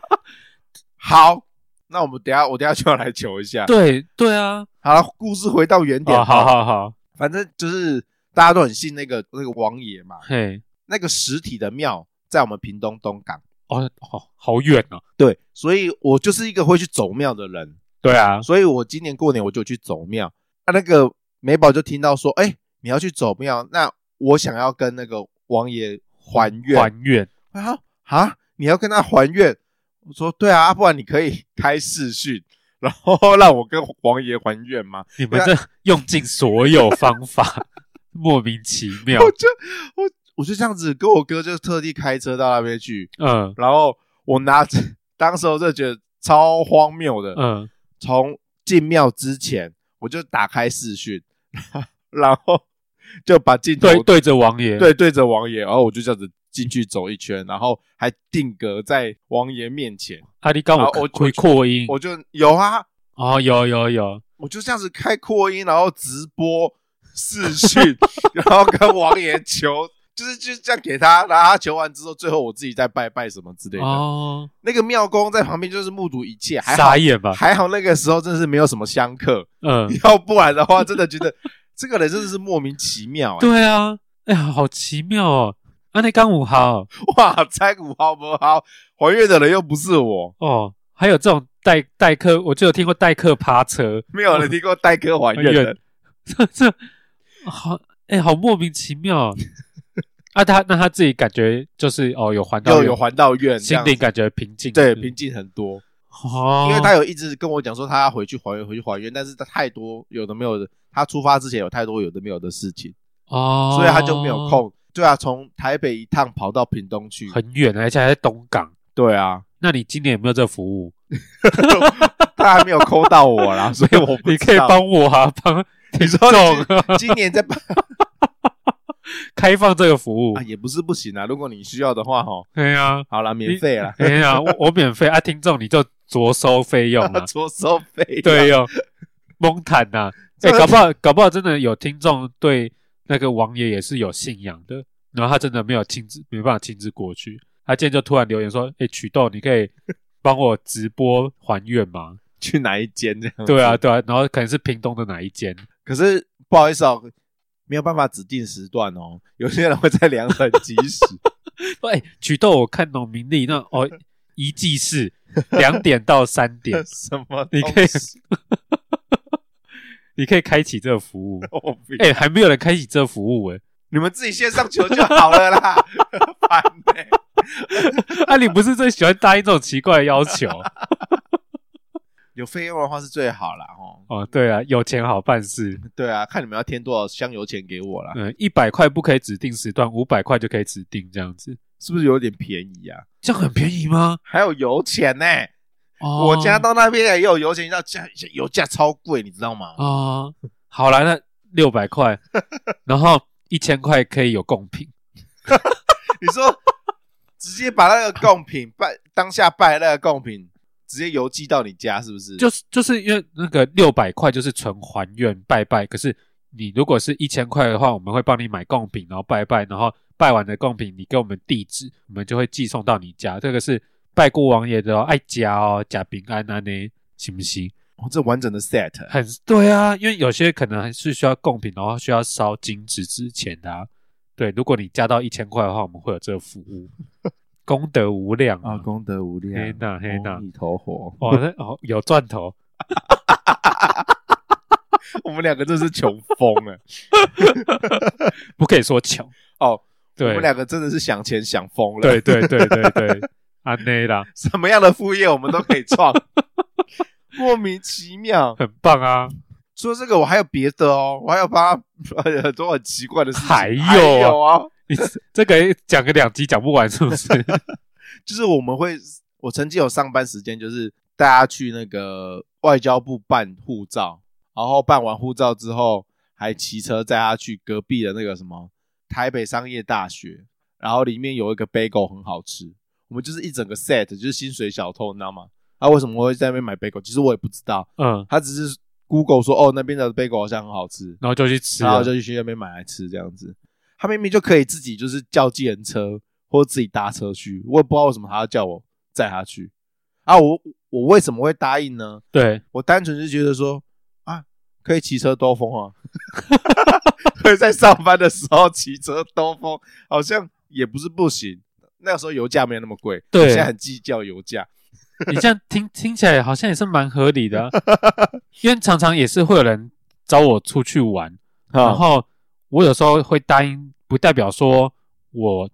[SPEAKER 1] 好，那我们等一下我等一下就要来求一下。
[SPEAKER 2] 对对啊，
[SPEAKER 1] 好了，故事回到原点。
[SPEAKER 2] 哦，好，好好，
[SPEAKER 1] 反正就是大家都很信那个那个王爷嘛。
[SPEAKER 2] 嘿，
[SPEAKER 1] 那个实体的庙在我们屏东东港，
[SPEAKER 2] 哦，好好远哦。
[SPEAKER 1] 对，所以我就是一个会去走庙的人，
[SPEAKER 2] 对啊，
[SPEAKER 1] 所以我今年过年我就去走庙。啊，那个美宝就听到说，哎、你要去走庙，那我想要跟那个王爷还愿。
[SPEAKER 2] 还愿
[SPEAKER 1] 啊啊！你要跟他还愿？我说对啊，啊不然你可以开视讯， 然后让我跟王爷还愿吗？
[SPEAKER 2] 你们这用尽所有方法，莫名其妙。
[SPEAKER 1] 啊我就我我就这样子跟我哥就特地开车到那边去，
[SPEAKER 2] 嗯
[SPEAKER 1] 然后我拿着，当时我就觉得超荒谬的。
[SPEAKER 2] 嗯，
[SPEAKER 1] 从进庙之前，我就打开视讯， 然后就把镜头
[SPEAKER 2] 对，对着王爷，
[SPEAKER 1] 对对着王爷，然后我就这样子进去走一圈，然后还定格在王爷面前，
[SPEAKER 2] 阿里啊刚
[SPEAKER 1] 然后
[SPEAKER 2] 我
[SPEAKER 1] 啊我
[SPEAKER 2] 会扩音，
[SPEAKER 1] 我就有啊，
[SPEAKER 2] 哦，有有有，
[SPEAKER 1] 我就这样子开扩音，然后直播视 讯，然后跟王爷求，就是就这样给他，然后他求完之后，最后我自己再拜拜什么之类的。
[SPEAKER 2] 哦，
[SPEAKER 1] 那个庙公在旁边就是目睹一切，还好
[SPEAKER 2] 傻眼吧？
[SPEAKER 1] 还好那个时候真的是没有什么香客，
[SPEAKER 2] 嗯，
[SPEAKER 1] 要不然的话真的觉得 这个人真的是莫名其妙、欸。
[SPEAKER 2] 对啊，哎呀，好奇妙哦。阿内刚五号
[SPEAKER 1] 哇，猜股好不好？还愿的人又不是我，
[SPEAKER 2] 哦，还有这种代代客，我就有听过代客趴车，
[SPEAKER 1] 没有人听过代哥还愿
[SPEAKER 2] 还
[SPEAKER 1] 的
[SPEAKER 2] 愿。这这好哎，好莫名其妙 哦。啊，他那他自己感觉就是哦，有还到
[SPEAKER 1] 又有还到愿，这
[SPEAKER 2] 心
[SPEAKER 1] 样
[SPEAKER 2] 灵
[SPEAKER 1] 子
[SPEAKER 2] 感觉平静，
[SPEAKER 1] 对平静很多。
[SPEAKER 2] 哦，
[SPEAKER 1] 因为他有一直跟我讲说他要回去还愿，回去还愿，但是他太多有的没有的，他出发之前有太多有的没有的事情，
[SPEAKER 2] 哦，
[SPEAKER 1] 所以他就没有，空。对啊，从台北一趟跑到屏东去。
[SPEAKER 2] 很远，而且还在东港。
[SPEAKER 1] 对啊，
[SPEAKER 2] 那你今年有没有这服务？
[SPEAKER 1] 他还没有抠到我 啦，所以我不
[SPEAKER 2] 你
[SPEAKER 1] 知
[SPEAKER 2] 可以
[SPEAKER 1] 道。
[SPEAKER 2] 帮我啊，帮
[SPEAKER 1] 你
[SPEAKER 2] 听
[SPEAKER 1] 说
[SPEAKER 2] 众
[SPEAKER 1] 你 今年在办、
[SPEAKER 2] 开放这个服务
[SPEAKER 1] 啊、。也不是不行啊，如果你需要的话哦，
[SPEAKER 2] 对啊，
[SPEAKER 1] 好啦，免费 啦，
[SPEAKER 2] 哎呀，我我免费啊，听众你就酌收费用啊，
[SPEAKER 1] 做收费。
[SPEAKER 2] 对，哟，蒙坦呐，哎，搞不好搞不好真的有听众对那个王爷也是有信仰的，然后他真的没有亲自没办法亲自过去，他今天就突然留言说，哎，曲豆，你可以帮我直播还愿吗？
[SPEAKER 1] 去哪一间这样子？
[SPEAKER 2] 对啊，对啊，然后可能是屏东的哪一间？
[SPEAKER 1] 可是不好意思哦，没有办法指定时段哦，有些人会在 良辰吉时。，
[SPEAKER 2] 哎，曲豆，我看农民历那哦，一季是两点到三 点
[SPEAKER 1] 什么东西？
[SPEAKER 2] 你可以你可以开启这个服务。
[SPEAKER 1] 我不
[SPEAKER 2] 哎、还没有人开启这个服务哎、
[SPEAKER 1] 你们自己线上求就好了啦， 烦欸呢、
[SPEAKER 2] 啊，你不是最喜欢答应这种奇怪的要求
[SPEAKER 1] 有费用的话是最好啦，哦。
[SPEAKER 2] 哦？对啊，有钱好办事。
[SPEAKER 1] 对啊，看你们要添多少香油钱给我啦，
[SPEAKER 2] 嗯，一百块不可以指定时段，五百块就可以指定这样子，
[SPEAKER 1] 是不是有点便宜啊？
[SPEAKER 2] 这样很便宜吗？
[SPEAKER 1] 还有油钱呢、
[SPEAKER 2] 哦，
[SPEAKER 1] 我家到那边也有油钱，你知道价油价超贵，你知道吗？
[SPEAKER 2] 哦，好啦，那 六百块，然后一千块可以有贡品。
[SPEAKER 1] 你说直接把那个贡品拜当下拜那个贡品，直接邮寄到你家，是不是？
[SPEAKER 2] 就是就是因为那个六百块就是纯还愿拜拜，可是你如果是一千块的话，我们会帮你买贡品，然后拜拜，然后拜完的贡品你给我们地址，我们就会寄送到你家。这个是拜过王爷的哦，爱家哦，家平安安呢，行不行？
[SPEAKER 1] 哦这完整的 set，
[SPEAKER 2] 很对啊，因为有些可能还是需要贡品，然后需要烧金纸之前的、啊。对，如果你加到一千块的话，我们会有这个服务，功德无量
[SPEAKER 1] 啊，功德无量，
[SPEAKER 2] 黑呐黑呐
[SPEAKER 1] 阿弥陀佛，
[SPEAKER 2] 哦，那哦有赚头，
[SPEAKER 1] 我们两个真是穷疯了
[SPEAKER 2] 不可以说穷。
[SPEAKER 1] 哦，我
[SPEAKER 2] 对，
[SPEAKER 1] 们两个真的是想钱想疯了，
[SPEAKER 2] 对，对对对对，安内啦，
[SPEAKER 1] 什么样的副业我们都可以创， 莫名其妙。
[SPEAKER 2] 很棒啊！
[SPEAKER 1] 除了这个，我还有别的哦，我还有帮他很多很奇怪的事情，
[SPEAKER 2] 还有啊
[SPEAKER 1] 有啊，
[SPEAKER 2] 你这个讲个两集讲不完 是不是？
[SPEAKER 1] 就是我们会，我曾经有上班时间，就是大家去那个外交部办护照，然后办完护照之后，还骑车载他去隔壁的那个什么台北商业大学，然后里面有一个 bagel 很好吃，我们就是一整个 set，就是薪水小偷，你知道吗？他、啊、为什么会在那边买 bagel？其实我也不知道，
[SPEAKER 2] 嗯，
[SPEAKER 1] 他只是 Google 说哦那边的 bagel 好像很好吃，
[SPEAKER 2] 然后就去吃
[SPEAKER 1] 然后
[SPEAKER 2] 了，
[SPEAKER 1] 就去那边买来吃这样子。他明明就可以自己就是叫计程车或者自己搭车去，我也不知道为什么他要叫我载他去啊！我我为什么会答应呢？
[SPEAKER 2] 对，
[SPEAKER 1] 我单纯是觉得说啊，可以骑车兜风啊， 可以在上班的时候骑车兜风，好像也不是不行。那个时候油价没有那么贵，
[SPEAKER 2] 对
[SPEAKER 1] 我现在很计较油价。
[SPEAKER 2] 你这样听听起来好像也是蛮合 理的啊、因为常常也是会有人找我出去玩，然后我有时候会答应，不代表说我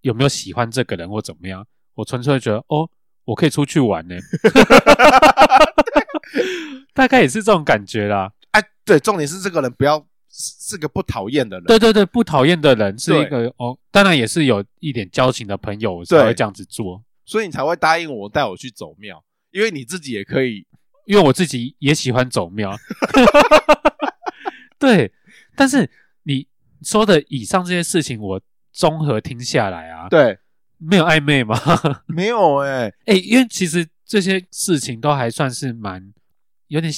[SPEAKER 2] 有没有喜欢这个人或怎么样，我纯粹觉得哦，我可以出去玩呢、 大概也是这种感觉啦。
[SPEAKER 1] 哎、对，重点是这个人不要是是个不讨厌的人，
[SPEAKER 2] 对对对，不讨厌的人是一个哦，当然也是有一点交情的朋友，我才
[SPEAKER 1] 对
[SPEAKER 2] 会这样子做，
[SPEAKER 1] 所以你才会答应我带我去走庙，因为你自己也可以
[SPEAKER 2] 因为我自己也喜欢走 庙。对，但是你说的以上这些事情，我综合听下来啊，
[SPEAKER 1] 对，
[SPEAKER 2] 没有暧昧吗？
[SPEAKER 1] 没有哎、
[SPEAKER 2] 哎、因为其实这些事情都还算是蛮有点，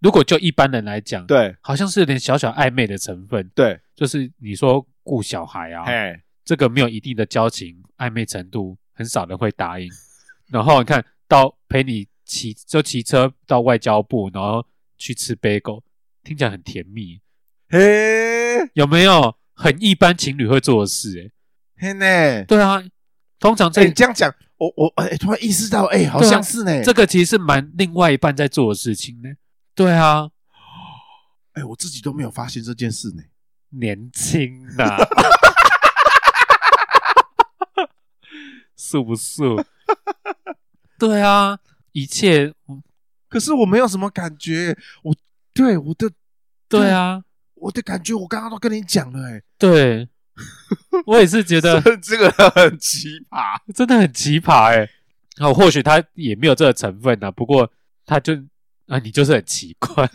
[SPEAKER 2] 如果就一般人来讲，，
[SPEAKER 1] 对
[SPEAKER 2] 好像是有点小小暧昧的成分，
[SPEAKER 1] 对，
[SPEAKER 2] 就是你说顾小孩啊，
[SPEAKER 1] 哎，
[SPEAKER 2] 这个没有一定的交情，暧昧程度很少人会答应。然后你看到陪你骑就骑车到外交部，然后去吃 bagel，听起来很甜蜜，
[SPEAKER 1] 嘿
[SPEAKER 2] 有没有？很一般情侣会做的事、欸，
[SPEAKER 1] 嘿呢，哎、
[SPEAKER 2] 对啊，通常这、
[SPEAKER 1] 你这样讲，我我哎、突然意识到，哎、好
[SPEAKER 2] 对啊
[SPEAKER 1] 像是呢、
[SPEAKER 2] 这个其实是蛮另外一半在做的事情呢、对啊，
[SPEAKER 1] 哎、我自己都没有发现这件事呢、
[SPEAKER 2] 年轻呐、是不是？对啊，一切
[SPEAKER 1] 可是我没有什么感觉，我对我的
[SPEAKER 2] 对啊，
[SPEAKER 1] 我的感觉，我刚刚都跟你讲了、哎，
[SPEAKER 2] 对，我也是觉得
[SPEAKER 1] 这个人很奇葩，
[SPEAKER 2] 真的很奇葩哎、哦，或许他也没有这个成分啊呢、不过他就啊，你就是很奇 怪，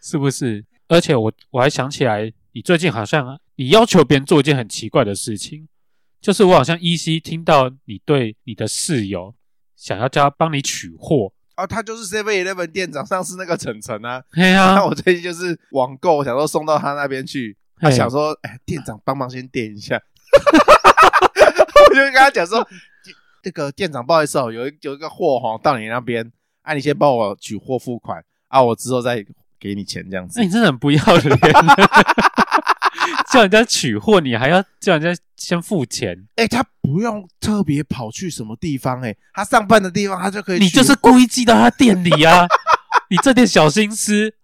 [SPEAKER 2] 是不是？而且我我还想起来，你最近好像你要求别人做一件很奇怪的事情，就是我好像依稀听到你对你的室友想要叫他帮你取货，
[SPEAKER 1] 啊，他就是 Seven Eleven 店长，上次那个晨晨啊，
[SPEAKER 2] 嘿
[SPEAKER 1] 那、
[SPEAKER 2] 呀、啊，
[SPEAKER 1] 我最近就是网购，想说送到他那边去，他
[SPEAKER 2] 嘿
[SPEAKER 1] 想说，哎，店长帮忙先垫一下， 我就跟他讲说，这个店长不好意思哦，有一有一个货哈到你那边，啊，你先帮我取货付款，啊，我之后再给你钱这样子
[SPEAKER 2] 哎那、。你真的很不要脸， 叫人家取货，你还要叫人家先付钱。
[SPEAKER 1] 哎、他不用特别跑去什么地方、哎，他上班的地方他就可以取。
[SPEAKER 2] 你就是故意寄到他店里啊！你这点小心思，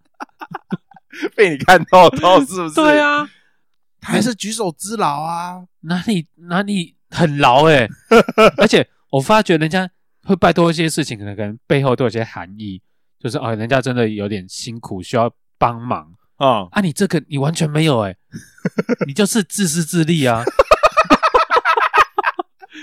[SPEAKER 1] 被你看透透，是不是？
[SPEAKER 2] 对，啊，
[SPEAKER 1] 他还是举手之劳啊。
[SPEAKER 2] 哪里哪里很牢哎、而且我发觉人家会拜托一些事情，可能可能背后都有些含义，就是哦，人家真的有点辛苦，需要帮忙
[SPEAKER 1] 啊、
[SPEAKER 2] 啊！你这个你完全没有哎、你就是自私自利啊，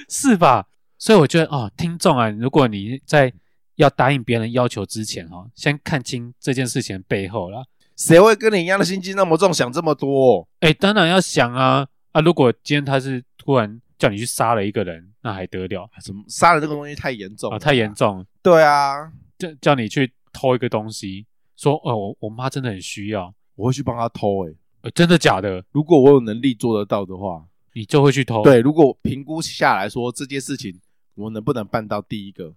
[SPEAKER 2] 是吧？所以我觉得哦，听众啊，如果你在要答应别人要求之前哦，先看清这件事情的背后啦。
[SPEAKER 1] 谁会跟你一样的心机那么重，想这么多？哦
[SPEAKER 2] 哎，当然要想啊啊！如果今天他是突然叫你去杀了一个人，那还得了
[SPEAKER 1] 怎么杀了这个东西太严重
[SPEAKER 2] 啊？
[SPEAKER 1] 了
[SPEAKER 2] 太严。重，
[SPEAKER 1] 对啊，
[SPEAKER 2] 叫叫你去偷一个东西，说哦，我我妈真的很需要，
[SPEAKER 1] 我会去帮他偷诶、欸
[SPEAKER 2] 呃真的假的？
[SPEAKER 1] 如果我有能力做得到的话，
[SPEAKER 2] 你就会去偷。，
[SPEAKER 1] 对，如果评估下来说这件事情我能不能办到第一个，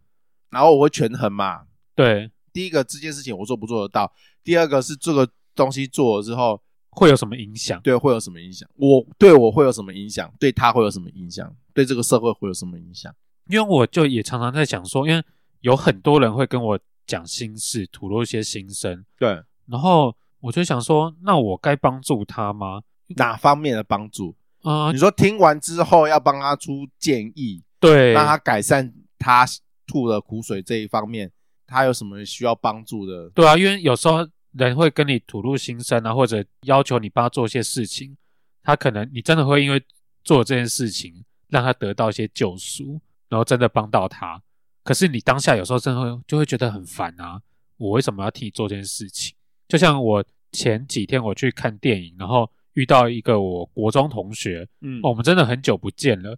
[SPEAKER 1] 然后我会权衡嘛。
[SPEAKER 2] 对，
[SPEAKER 1] 第一个这件事情我做不做得到，第二个是这个东西做了之后
[SPEAKER 2] 会有什么影响？
[SPEAKER 1] 对会有什么影响，我对我会有什么影响，对他会有什么影响，对这个社会会有什么影响？
[SPEAKER 2] 因为我就也常常在想说，因为有很多人会跟我讲心事，吐露一些心声，
[SPEAKER 1] 对，
[SPEAKER 2] 然后我就想说，那我该帮助他吗？
[SPEAKER 1] 哪方面的帮助？
[SPEAKER 2] 啊、
[SPEAKER 1] 你说听完之后要帮他出建议，
[SPEAKER 2] 对，
[SPEAKER 1] 让他改善他吐的苦水这一方面，他有什么需要帮助的？
[SPEAKER 2] 对啊，因为有时候人会跟你吐露心声啊，或者要求你帮他做一些事情，他可能你真的会因为做这件事情让他得到一些救赎，然后真的帮到他。可是你当下有时候真的会就会觉得很烦啊，我为什么要替你做这件事情？就像我前几天我去看电影，然后遇到一个我国中同学，
[SPEAKER 1] 嗯
[SPEAKER 2] 哦我们真的很久不见了。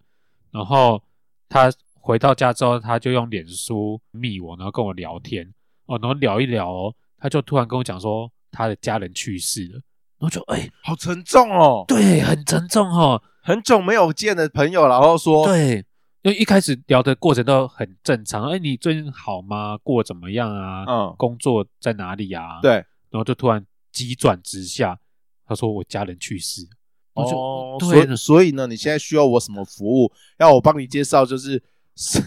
[SPEAKER 2] 然后他回到家之后，他就用脸书密我，然后跟我聊天哦，然后聊一聊哦，他就突然跟我讲说他的家人去世了，然后就哎、
[SPEAKER 1] 好沉重哦，
[SPEAKER 2] 对，很沉重哦，
[SPEAKER 1] 很久没有见的朋友，然后说，
[SPEAKER 2] 对，因为一开始聊的过程都很正常，哎，你最近好吗？过得怎么样啊？
[SPEAKER 1] 嗯，
[SPEAKER 2] 工作在哪里啊？，
[SPEAKER 1] 对，
[SPEAKER 2] 然后就突然急转直下，他说我家人去世，我就
[SPEAKER 1] 哦，所
[SPEAKER 2] 对
[SPEAKER 1] 以所以呢，你现在需要我什么服务？要我帮你介绍，就是 生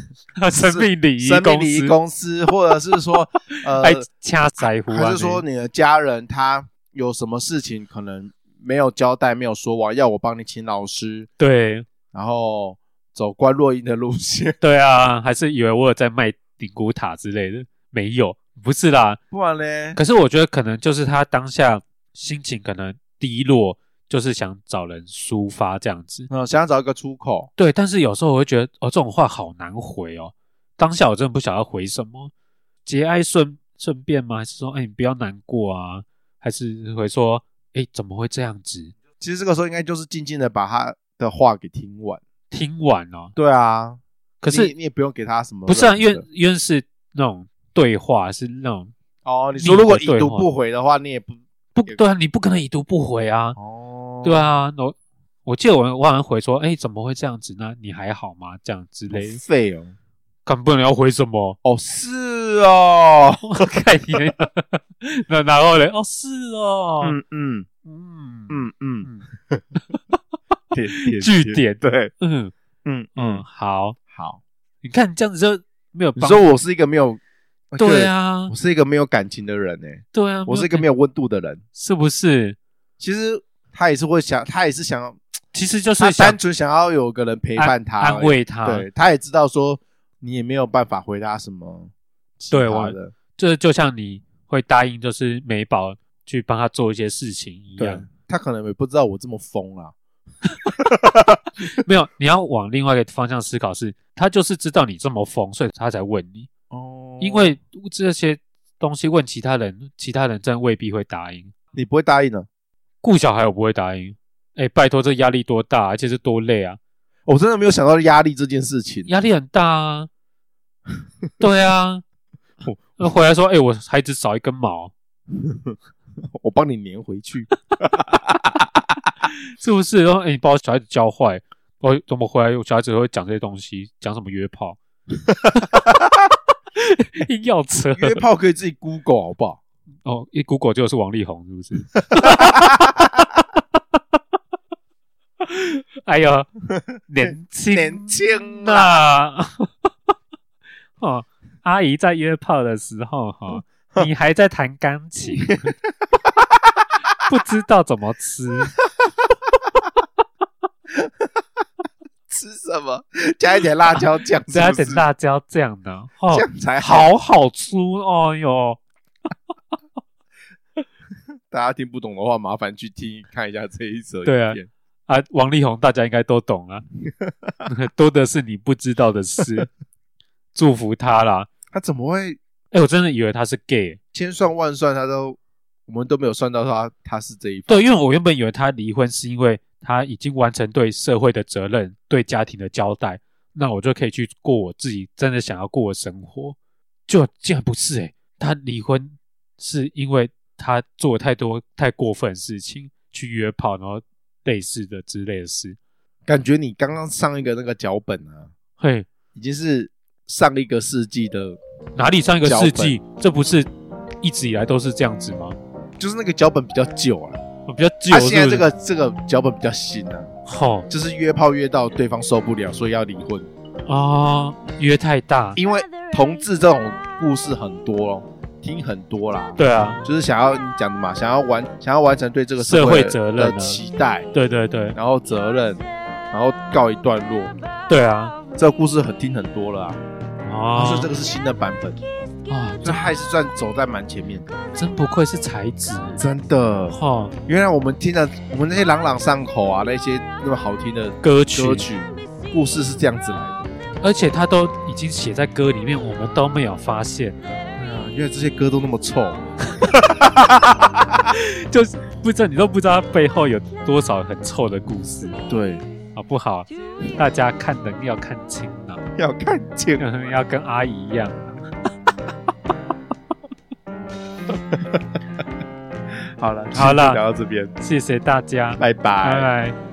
[SPEAKER 2] 生命礼仪
[SPEAKER 1] 生命
[SPEAKER 2] 公
[SPEAKER 1] 礼仪
[SPEAKER 2] 司，
[SPEAKER 1] 公司，或者是 说，呃，
[SPEAKER 2] 哎，掐在乎啊，
[SPEAKER 1] 还是说
[SPEAKER 2] 那
[SPEAKER 1] 你的家人他有什么事情可能没有交代、没有说完，要我帮你请老师，
[SPEAKER 2] 对
[SPEAKER 1] 然后走关若英的路线，
[SPEAKER 2] 对啊，还是以为我有在卖顶骨塔之类的，没有，不是啦。
[SPEAKER 1] 不然嘞，
[SPEAKER 2] 可是我觉得可能就是他当下心情可能低落，就是想找人抒发这样子。
[SPEAKER 1] 嗯，想要找一个出口，
[SPEAKER 2] 对，但是有时候我会觉得哦，这种话好难回哦。当下我真的不想要回什么，节哀顺顺变吗？还是说，哎，你不要难过啊？还是会说，哎，怎么会这样子？
[SPEAKER 1] 其实这个时候应该就是静静的把他的话给听完。
[SPEAKER 2] 听完哦，
[SPEAKER 1] 对啊，
[SPEAKER 2] 可是
[SPEAKER 1] 你你也不用给他什么
[SPEAKER 2] 不
[SPEAKER 1] 任何的，
[SPEAKER 2] 是啊，因为因为是那种对话，是那种
[SPEAKER 1] 哦，你说如果已
[SPEAKER 2] 你的对
[SPEAKER 1] 读
[SPEAKER 2] 话
[SPEAKER 1] 不回的话，你也不
[SPEAKER 2] 不对啊，你不可能已读不回啊，
[SPEAKER 1] 哦，
[SPEAKER 2] 对，啊，我我记得我我好像回说，哎，怎么会这样子呢？你还好吗？这样之类的，
[SPEAKER 1] 废哦，，
[SPEAKER 2] 看不能要回什么
[SPEAKER 1] 哦是哦，
[SPEAKER 2] 我 看你，那然后嘞，哦是哦，
[SPEAKER 1] 嗯嗯
[SPEAKER 2] 嗯嗯
[SPEAKER 1] 嗯嗯，
[SPEAKER 2] 嗯
[SPEAKER 1] 点点
[SPEAKER 2] 据 点
[SPEAKER 1] 对，
[SPEAKER 2] 嗯
[SPEAKER 1] 嗯
[SPEAKER 2] 嗯，
[SPEAKER 1] 嗯，
[SPEAKER 2] 好，
[SPEAKER 1] 好，
[SPEAKER 2] 你看这样子就没有
[SPEAKER 1] 你
[SPEAKER 2] 帮，
[SPEAKER 1] 说我是一个没有，我觉得
[SPEAKER 2] 对，啊
[SPEAKER 1] 我，是一个没有感情的人呢，
[SPEAKER 2] 对啊，
[SPEAKER 1] 我是一个没
[SPEAKER 2] 有，
[SPEAKER 1] 有温度的人，
[SPEAKER 2] 是不是？
[SPEAKER 1] 其实。他也是会想，他也是想要，
[SPEAKER 2] 其实就是
[SPEAKER 1] 他
[SPEAKER 2] 想
[SPEAKER 1] 单纯想要有个人陪伴他而已，
[SPEAKER 2] 安慰他，
[SPEAKER 1] 对，他也知道说你也没有办法回答什么其
[SPEAKER 2] 对
[SPEAKER 1] 他
[SPEAKER 2] 我
[SPEAKER 1] 的，
[SPEAKER 2] 这就像你会答应就是美宝去帮他做一些事情一
[SPEAKER 1] 对
[SPEAKER 2] 样，
[SPEAKER 1] 他可能也不知道我这么疯啦。
[SPEAKER 2] 没有，你要往另外一个方向思考是，他就是知道你这么疯，所以他才问你，
[SPEAKER 1] 哦
[SPEAKER 2] 因为这些东西问其他人，其他人真的未必会答应。
[SPEAKER 1] 你不会答应的。啊
[SPEAKER 2] 顾小孩我不会答应，哎，拜托，这压力多大，而且是多累啊，
[SPEAKER 1] 我真的没有想到压力这件事情，
[SPEAKER 2] 压力很大啊。 对啊，那回来说，哎，我孩子少一根毛，
[SPEAKER 1] 我帮你粘回去。
[SPEAKER 2] 是不是？然后哎，你把我小孩子教坏，我怎么回来？我小孩子会讲这些东西，讲什么约炮， 硬要扯。
[SPEAKER 1] 约炮可以自己 Google 好不好？
[SPEAKER 2] 哦，一 Google 就是王力宏，是不是？ 哎呀， 年轻
[SPEAKER 1] 年轻
[SPEAKER 2] 啊！ 哦，阿姨在约炮的时候，哈、你还在弹 钢琴，不知道怎么 吃。
[SPEAKER 1] 吃什么？加一点辣椒酱，
[SPEAKER 2] 加
[SPEAKER 1] 是不是
[SPEAKER 2] 点辣椒酱呢，哦
[SPEAKER 1] 这，样才好。
[SPEAKER 2] 好好吃哦哟！
[SPEAKER 1] 大家听不懂的话，麻烦去听看一下这一则影
[SPEAKER 2] 对啊
[SPEAKER 1] 片。
[SPEAKER 2] 啊，王力宏大家应该都懂了，多的是你不知道的事。祝福他啦！
[SPEAKER 1] 他怎么会
[SPEAKER 2] 哎、我真的以为他是 gay。
[SPEAKER 1] 千算万算，他都我们都没有算到他他是这一方。
[SPEAKER 2] 对，因为我原本以为他离婚是因为他已经完成对社会的责任、对家庭的交代，那我就可以去过我自己真的想要过的生活。就竟然不是诶、哎他离婚是因为他做了太多太过分的事情，去约炮，然后类似的之类的事。
[SPEAKER 1] 感觉你刚刚上一个那个脚本啊，
[SPEAKER 2] 嘿，
[SPEAKER 1] 已经是上一个世纪的，
[SPEAKER 2] 哪里上一个世纪？这不是一直以来都是这样子吗？
[SPEAKER 1] 就是那个脚本比较旧啊。
[SPEAKER 2] 我比较自由、
[SPEAKER 1] 啊，现在这
[SPEAKER 2] 是不是
[SPEAKER 1] 个这个脚本比较新啊，
[SPEAKER 2] 吼
[SPEAKER 1] 就是约炮约到对方受不了，所以要离婚。
[SPEAKER 2] 啊、约太大，
[SPEAKER 1] 因为同志这种故事很多哦，听很多啦。
[SPEAKER 2] 对啊，
[SPEAKER 1] 就是想要你讲的嘛，想要完想要完成对这个
[SPEAKER 2] 社
[SPEAKER 1] 会
[SPEAKER 2] 会
[SPEAKER 1] 的
[SPEAKER 2] 责任啊
[SPEAKER 1] 的期待，
[SPEAKER 2] 对对对
[SPEAKER 1] 然后责任，然后告一段落。
[SPEAKER 2] 对啊，
[SPEAKER 1] 这个故事很听很多了啊，
[SPEAKER 2] 啊、
[SPEAKER 1] 所以这个是新的版本，
[SPEAKER 2] 啊，
[SPEAKER 1] 这
[SPEAKER 2] 这
[SPEAKER 1] 还是算走在蛮前面的，
[SPEAKER 2] 真不愧是才子，
[SPEAKER 1] 真的。
[SPEAKER 2] 哈，
[SPEAKER 1] 原来我们听的我们那些朗朗上口啊，那些那么好听的
[SPEAKER 2] 歌曲，
[SPEAKER 1] 歌曲，故事是这样子来的。
[SPEAKER 2] 而且他都已经写在歌里面，我们都没有发现，
[SPEAKER 1] 对啊，原来这些歌都那么臭。
[SPEAKER 2] 就是不知道你都不知道他背后有多少很臭的故事，
[SPEAKER 1] 对，
[SPEAKER 2] 好不好？大家看人要看清啊，
[SPEAKER 1] 要看见
[SPEAKER 2] 要跟阿姨一样。
[SPEAKER 1] 好了，
[SPEAKER 2] 好
[SPEAKER 1] 今
[SPEAKER 2] 了
[SPEAKER 1] 天就聊到这边，
[SPEAKER 2] 谢谢大家，
[SPEAKER 1] 拜拜
[SPEAKER 2] 拜拜